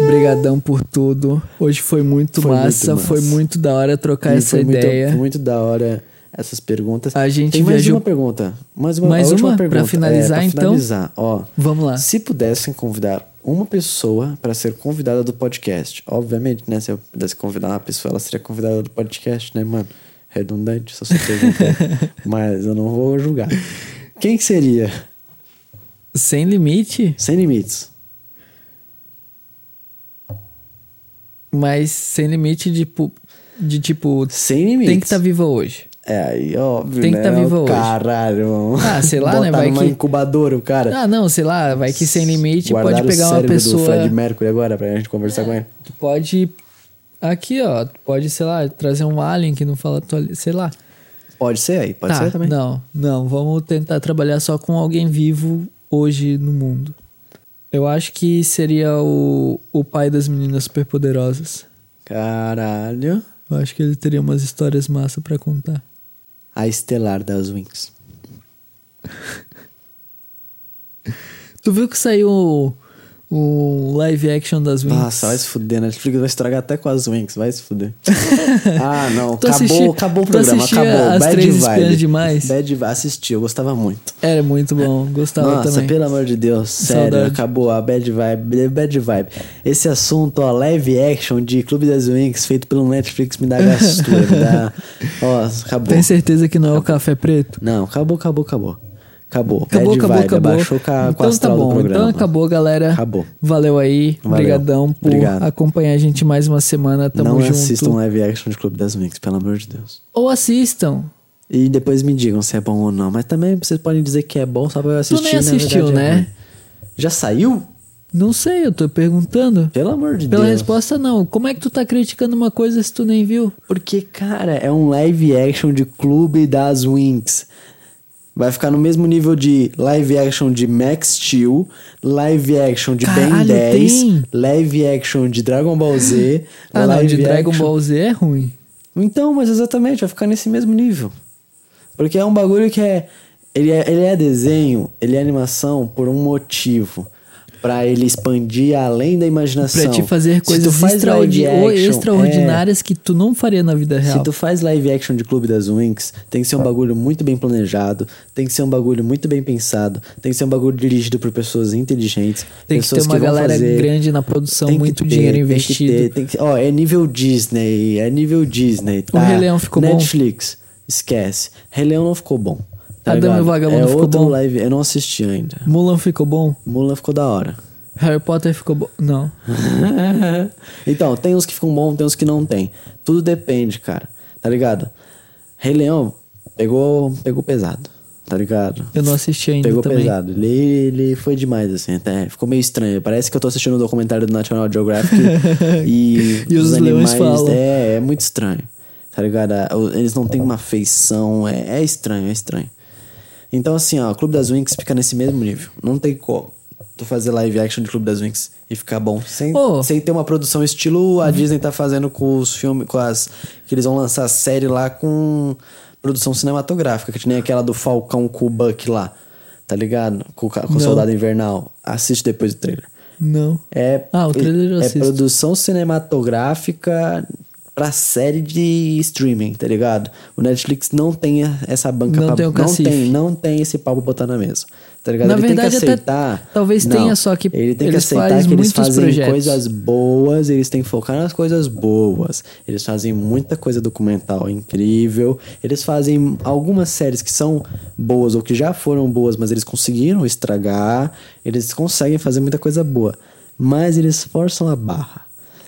Obrigadão por tudo. Hoje foi muito, Foi muito massa, massa. foi muito da hora trocar E essa foi muito- ideia. foi muito da hora essas perguntas. A gente tem mais viajou- uma pergunta. Mais uma, Mais a última uma? Pra pergunta. é, finalizar, pra então? finalizar, ó. Vamos lá. Se pudessem convidar uma pessoa para ser convidada do podcast, obviamente, né? Se eu pudesse convidar uma pessoa, ela seria convidada do podcast, né, mano? redundante essa sua pergunta, mas eu não vou julgar. Quem que seria? Sem limite, Sem limites. mas sem limite de, pu- de tipo, Sem limites. tem que estar viva hoje. É, aí óbvio, Tem que né? tá viva O hoje. Caralho, mano. Ah, sei lá, né? Botar Vai numa que- incubadora o cara. Ah, não, sei lá, vai que sem limite Guardar pode o pegar uma cérebro do pessoa. É. Fred Mercury agora pra gente conversar com ele. Tu pode. Aqui, ó. tu Pode, sei lá, trazer um alien que não fala tua língua. Sei lá. Pode ser aí, pode tá, ser também. Não, não. Vamos tentar trabalhar só com alguém vivo hoje no mundo. Eu acho que seria o, o pai das meninas superpoderosas. Caralho. Eu acho que ele teria umas histórias massa pra contar. A estelar das Wings. Tu viu que saiu o, o live action das Wings? Nossa, vai se fuder, né? Netflix vai estragar até com as Wings, vai se fuder. ah, não, Tu acabou, assisti- acabou o tu programa, assistia acabou. As Bad Três vibe. Espiãs Demais? Bad vibe, assisti, eu gostava muito. Era muito bom, gostava Nossa, também. pelo amor de Deus, sério, Saudade. acabou a bad vibe, bad vibe. Esse assunto, ó, live action de Clube das Wings feito pelo Netflix me dá gastura, me dá... Ó, acabou. Tem certeza que não é o café preto? Não, acabou, acabou, acabou. Acabou, bad Acabou, acabou, É vibe, acabou. abaixou com a, então com a astral tá do bom, programa. então acabou, galera. Acabou. Valeu aí. Valeu. Obrigadão por Obrigado. acompanhar a gente mais uma semana. Tamo Não junto. assistam live action de Clube das Wings, pelo amor de Deus. Ou assistam. E depois me digam se é bom ou não. Mas também vocês podem dizer que é bom só pra eu assistir. nem na assistiu, verdade, é né? ruim. Já saiu? Não sei, eu tô perguntando. Pelo amor de Pela Deus. resposta, não. Como é que tu tá criticando uma coisa se tu nem viu? Porque, cara, é um live action de Clube das Wings. Vai ficar no mesmo nível de live action de Max Steel, live action de Ben Caralho, 10, tem? live action de Dragon Ball Z, Ah, não, live de Dragon action- Ball Z é ruim. Então, mas exatamente, vai ficar nesse mesmo nível. Porque é um bagulho que é. Ele é, ele é desenho, ele é animação por um motivo. Pra ele expandir além da imaginação. Pra te fazer Se coisas tu faz extraordi- live ou action, extraordinárias que tu não faria na vida é, real. Ah. se tu faz live action de Clube das Winx, tem que ser um bagulho muito bem planejado, tem que ser um bagulho muito bem pensado, tem que ser um bagulho dirigido por pessoas inteligentes, Tem que ter pessoas uma vão galera fazer- grande na produção, tem que muito ter, dinheiro tem que investido. ter, tem que- ó, é nível Disney, é nível Disney, tá? Rei Leão ficou bom? Netflix, esquece. Rei Leão não ficou bom. Tá A Dama e o ligado? Vagabundo é ficou outro bom? live, eu não assisti ainda. Mulan ficou bom? Mulan ficou da hora. Harry Potter ficou bom? Não. então, tem uns que ficam bons, tem uns que não tem. Tudo depende, cara. Tá ligado? Rei Leão pegou, pegou pesado. Tá ligado? Eu não assisti ainda Pegou também. pesado. Ele, ele foi demais, assim, até. Ficou meio estranho. Parece que eu tô assistindo um documentário do National Geographic e, E os leões falam. É, é muito estranho. Tá ligado? Ah, o- Eles não têm uma feição. É, é estranho, é estranho. Então, assim, ó, Clube das Winx fica nesse mesmo nível. Não tem como tu fazer live action de Clube das Winx e ficar bom. Sem, Ô. sem ter uma produção estilo a Uhum. Disney tá fazendo com os filmes, com as. Que eles vão lançar série lá com produção cinematográfica, que nem aquela do Falcão com o Buck lá. Tá ligado? Com, o ca- com o Não. Soldado Invernal. Assiste depois do trailer. Não. É, Ah, o trailer eu é assisto. produção cinematográfica pra série de streaming, tá ligado? O Netflix não tem a- essa banca Não pra, tem o não cacife. tem, não tem esse pau pra botar na mesa. Tá ligado? Na ele verdade, tem que até aceitar. talvez Não, tenha, só que ele tem que eles aceitar fazem que eles muitos fazem projetos. coisas boas, eles têm que focar nas coisas boas. Eles fazem muita coisa documental incrível. Eles fazem algumas séries que são boas ou que já foram boas, mas eles conseguiram estragar. Eles conseguem fazer muita coisa boa, mas eles forçam a barra.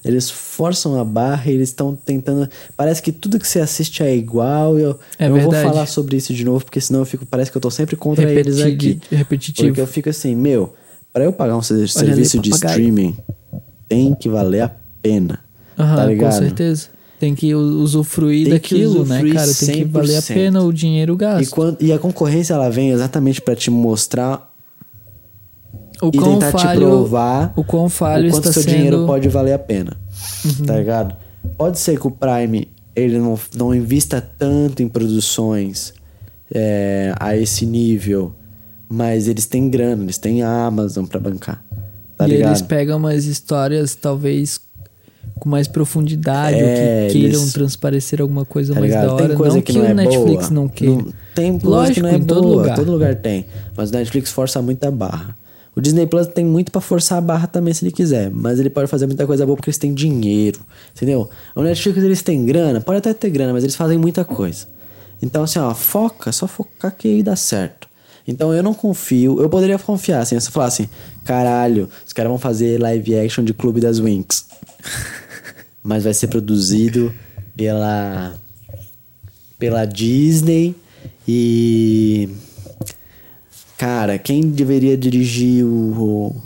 Eles forçam a barra e eles estão tentando. Parece que tudo que você assiste é igual. Eu, É eu não vou verdade. falar sobre isso de novo, porque senão eu fico. Parece que eu tô sempre contra eles Repetidi- aqui. repetitivo. Porque eu fico assim, meu, pra eu pagar um ser- Olha ali, serviço de papagaio. streaming, tem que valer a pena. Aham, tá ligado? com certeza. Tem que u- usufruir Tem que daquilo, né, usufruir cara? Tem que valer a 100%. pena o dinheiro E, gasto. quando- e a concorrência ela vem exatamente pra te mostrar o e quão tentar falho, te provar o quão falho o quanto está seu sendo. Uhum. dinheiro pode valer a pena. Tá ligado? Pode ser que o Prime ele não, não invista tanto em produções é, a esse nível, mas eles têm grana, eles têm a Amazon pra bancar. Tá e ligado? eles pegam umas histórias, talvez, com mais profundidade, É, ou que queiram eles- transparecer alguma coisa Tá mais ligado? da hora. Tem coisa não que, que, não o é Netflix boa. não queira. Tem coisa Lógico, que não é em todo boa, lugar. Todo lugar tem. Mas o Netflix força muita barra. O Disney Plus tem muito pra forçar a barra também se ele quiser, mas ele pode fazer muita coisa boa porque eles têm dinheiro, entendeu? O Netflix eles têm grana, pode até ter grana, mas eles fazem muita coisa. Então assim, ó, foca, só focar que aí dá certo. Então eu não confio, eu poderia confiar, assim, se eu falar assim, caralho, os caras vão fazer live action de Clube das Winx. mas vai ser produzido pela pela Disney e cara, quem deveria dirigir o, o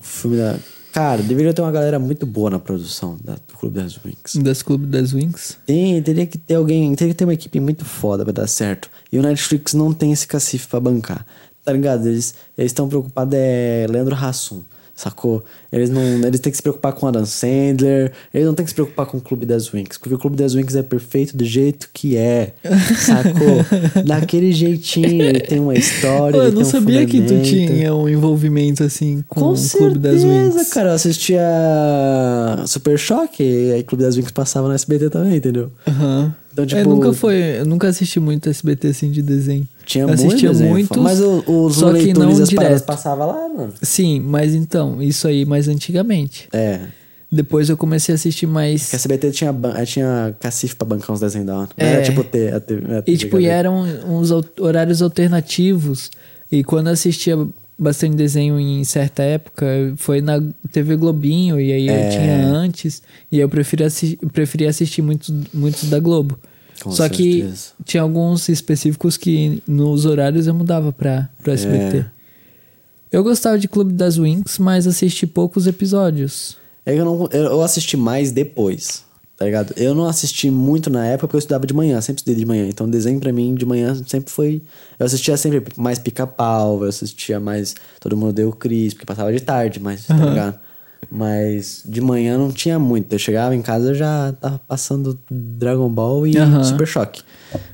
filme da cara, deveria ter uma galera muito boa na produção da, do Clube das Winx. Das Clube das Wings. Tem, teria que ter alguém, teria que ter uma equipe muito foda pra dar certo. E o Netflix não tem esse cacife pra bancar. Tá ligado? Eles estão preocupados é Leandro Hassum, sacou? Eles não. Eles têm que se preocupar com Adam Sandler. Eles não têm que se preocupar com o Clube das Winx. Porque o Clube das Winx é perfeito do jeito que é. Sacou? Daquele jeitinho, ele tem uma história. eu ele não tem um sabia que tu fundamento. tinha um envolvimento assim com, o Clube das Wings. cara. Eu assistia Super Choque, e aí Clube das Winx passava no SBT também, entendeu? Aham. Então, tipo, eu É, nunca foi, eu nunca assisti muito SBT assim de desenho. Tinha Eu assistia muitos, muitos, Mas o- os só que não leitores das paradas direto. passavam lá, mano. Sim, mas então, isso aí mais antigamente. É. Depois eu comecei a assistir mais Que a CBT tinha, ban- eh, tinha cacife pra bancar uns desenhos da hora. Não É. Era tipo ter a TV. a E TV tipo, e aberta. eram uns al- horários alternativos. E quando eu assistia bastante desenho em certa época, foi na TV Globinho, e aí É. eu tinha antes, e eu preferia, assi preferia assistir muitos muitos da Globo. Com Só certeza. que tinha alguns específicos que nos horários eu mudava pra, pro SBT. É. Eu gostava de Clube das Winx, mas assisti poucos episódios. É que eu, não, eu, eu assisti mais depois, tá ligado? Eu não assisti muito na época porque eu estudava de manhã, sempre estudei de manhã. Então, desenho pra mim de manhã sempre foi. Eu assistia sempre mais pica-pau, eu assistia mais Todo Mundo Deu Cris, porque passava de tarde, mas, tá ligado? Mas de manhã não tinha muito. Eu chegava em casa eu já tava passando Dragon Ball e Aham. Super Choque.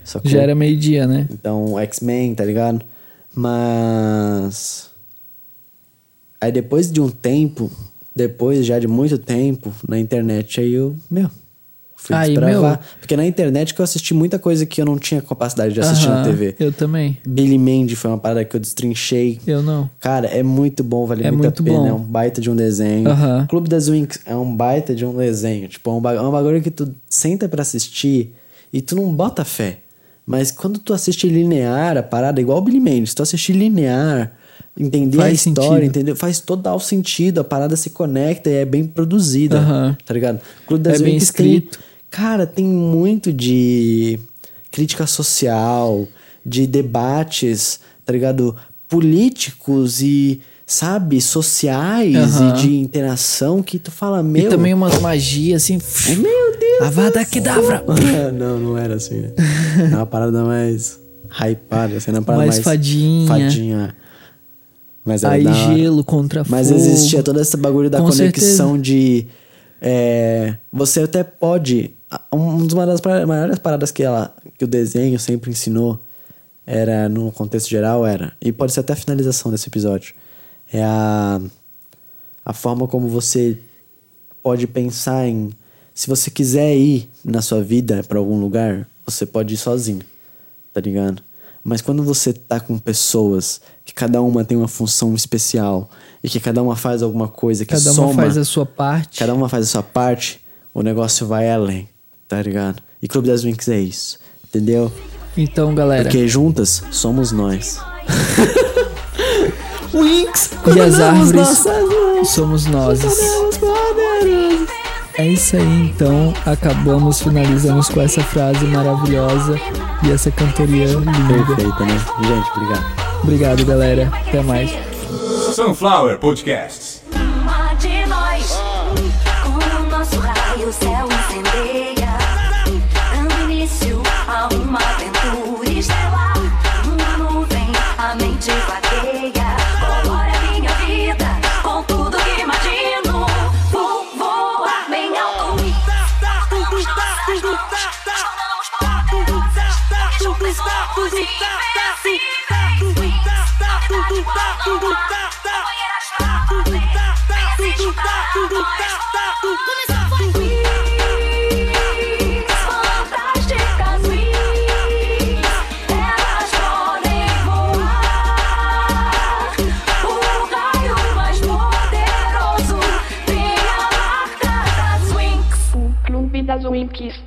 Só Já era meio-dia, né? então, X-Men, tá ligado? Mas. Aí depois de um tempo, depois já de muito tempo, na internet, aí eu, meu, fui Aí, desbravar. meu. Porque na internet que eu assisti muita coisa que eu não tinha capacidade de assistir na Aham, TV. Eu também. Billy Mandy foi uma parada que eu destrinchei. Eu não. Cara, é muito bom, vale É muito, muito a pena. bom. É um baita de um desenho. Aham. Clube das Winx é um baita de um desenho. Tipo, é um, ba- é um bagulho que tu senta pra assistir e tu não bota fé. Mas quando tu assiste linear, a parada, é igual o Billy Mendes, tu assistir linear, entender a Faz história, sentido. entendeu? Faz total sentido, a parada se conecta e é bem produzida, Aham. tá ligado? Clube das É bem Winx tem- escrito. Cara, tem muito de crítica social, de debates, tá ligado? Políticos e, sabe, sociais Aham. e de interação que tu fala, meu. E também umas magias assim. é, Meu Deus! Avada Kedavra. Ah, não, não era assim, né? É uma parada mais hypada, assim, era uma parada Mais mais. fadinha. Fadinha. Mas era Aí da hora. gelo contra Mas fogo. existia todo esse bagulho da Com conexão de. é, você até pode. Uma das maiores paradas, maiores paradas que, ela, que o desenho sempre ensinou era, no contexto geral, era. E pode ser até a finalização desse episódio. É a. A forma como você pode pensar em. Se você quiser ir na sua vida pra algum lugar, você pode ir sozinho, tá ligado? Mas quando você tá com pessoas que cada uma tem uma função especial e que cada uma faz alguma coisa que Cada uma soma, faz a sua parte. cada uma faz a sua parte, o negócio vai além, tá ligado? E Clube das Winx é isso, entendeu? Então, galera. Porque juntas somos nós. Winx! E as árvores nossas somos nós. É isso aí, então. Acabamos, finalizamos com essa frase maravilhosa e essa cantoria linda. Perfeito, né? Gente, obrigado. Obrigado, galera. Até mais. Sunflower Podcasts. Uma de nós, com o nosso raio o céu incendeia, dando início a uma aventura estelar. Uma nuvem, a mente vagueia, colora minha vida com tudo que imagino. Vou voar bem alto. Invencíveis. Banheiras pra Olympics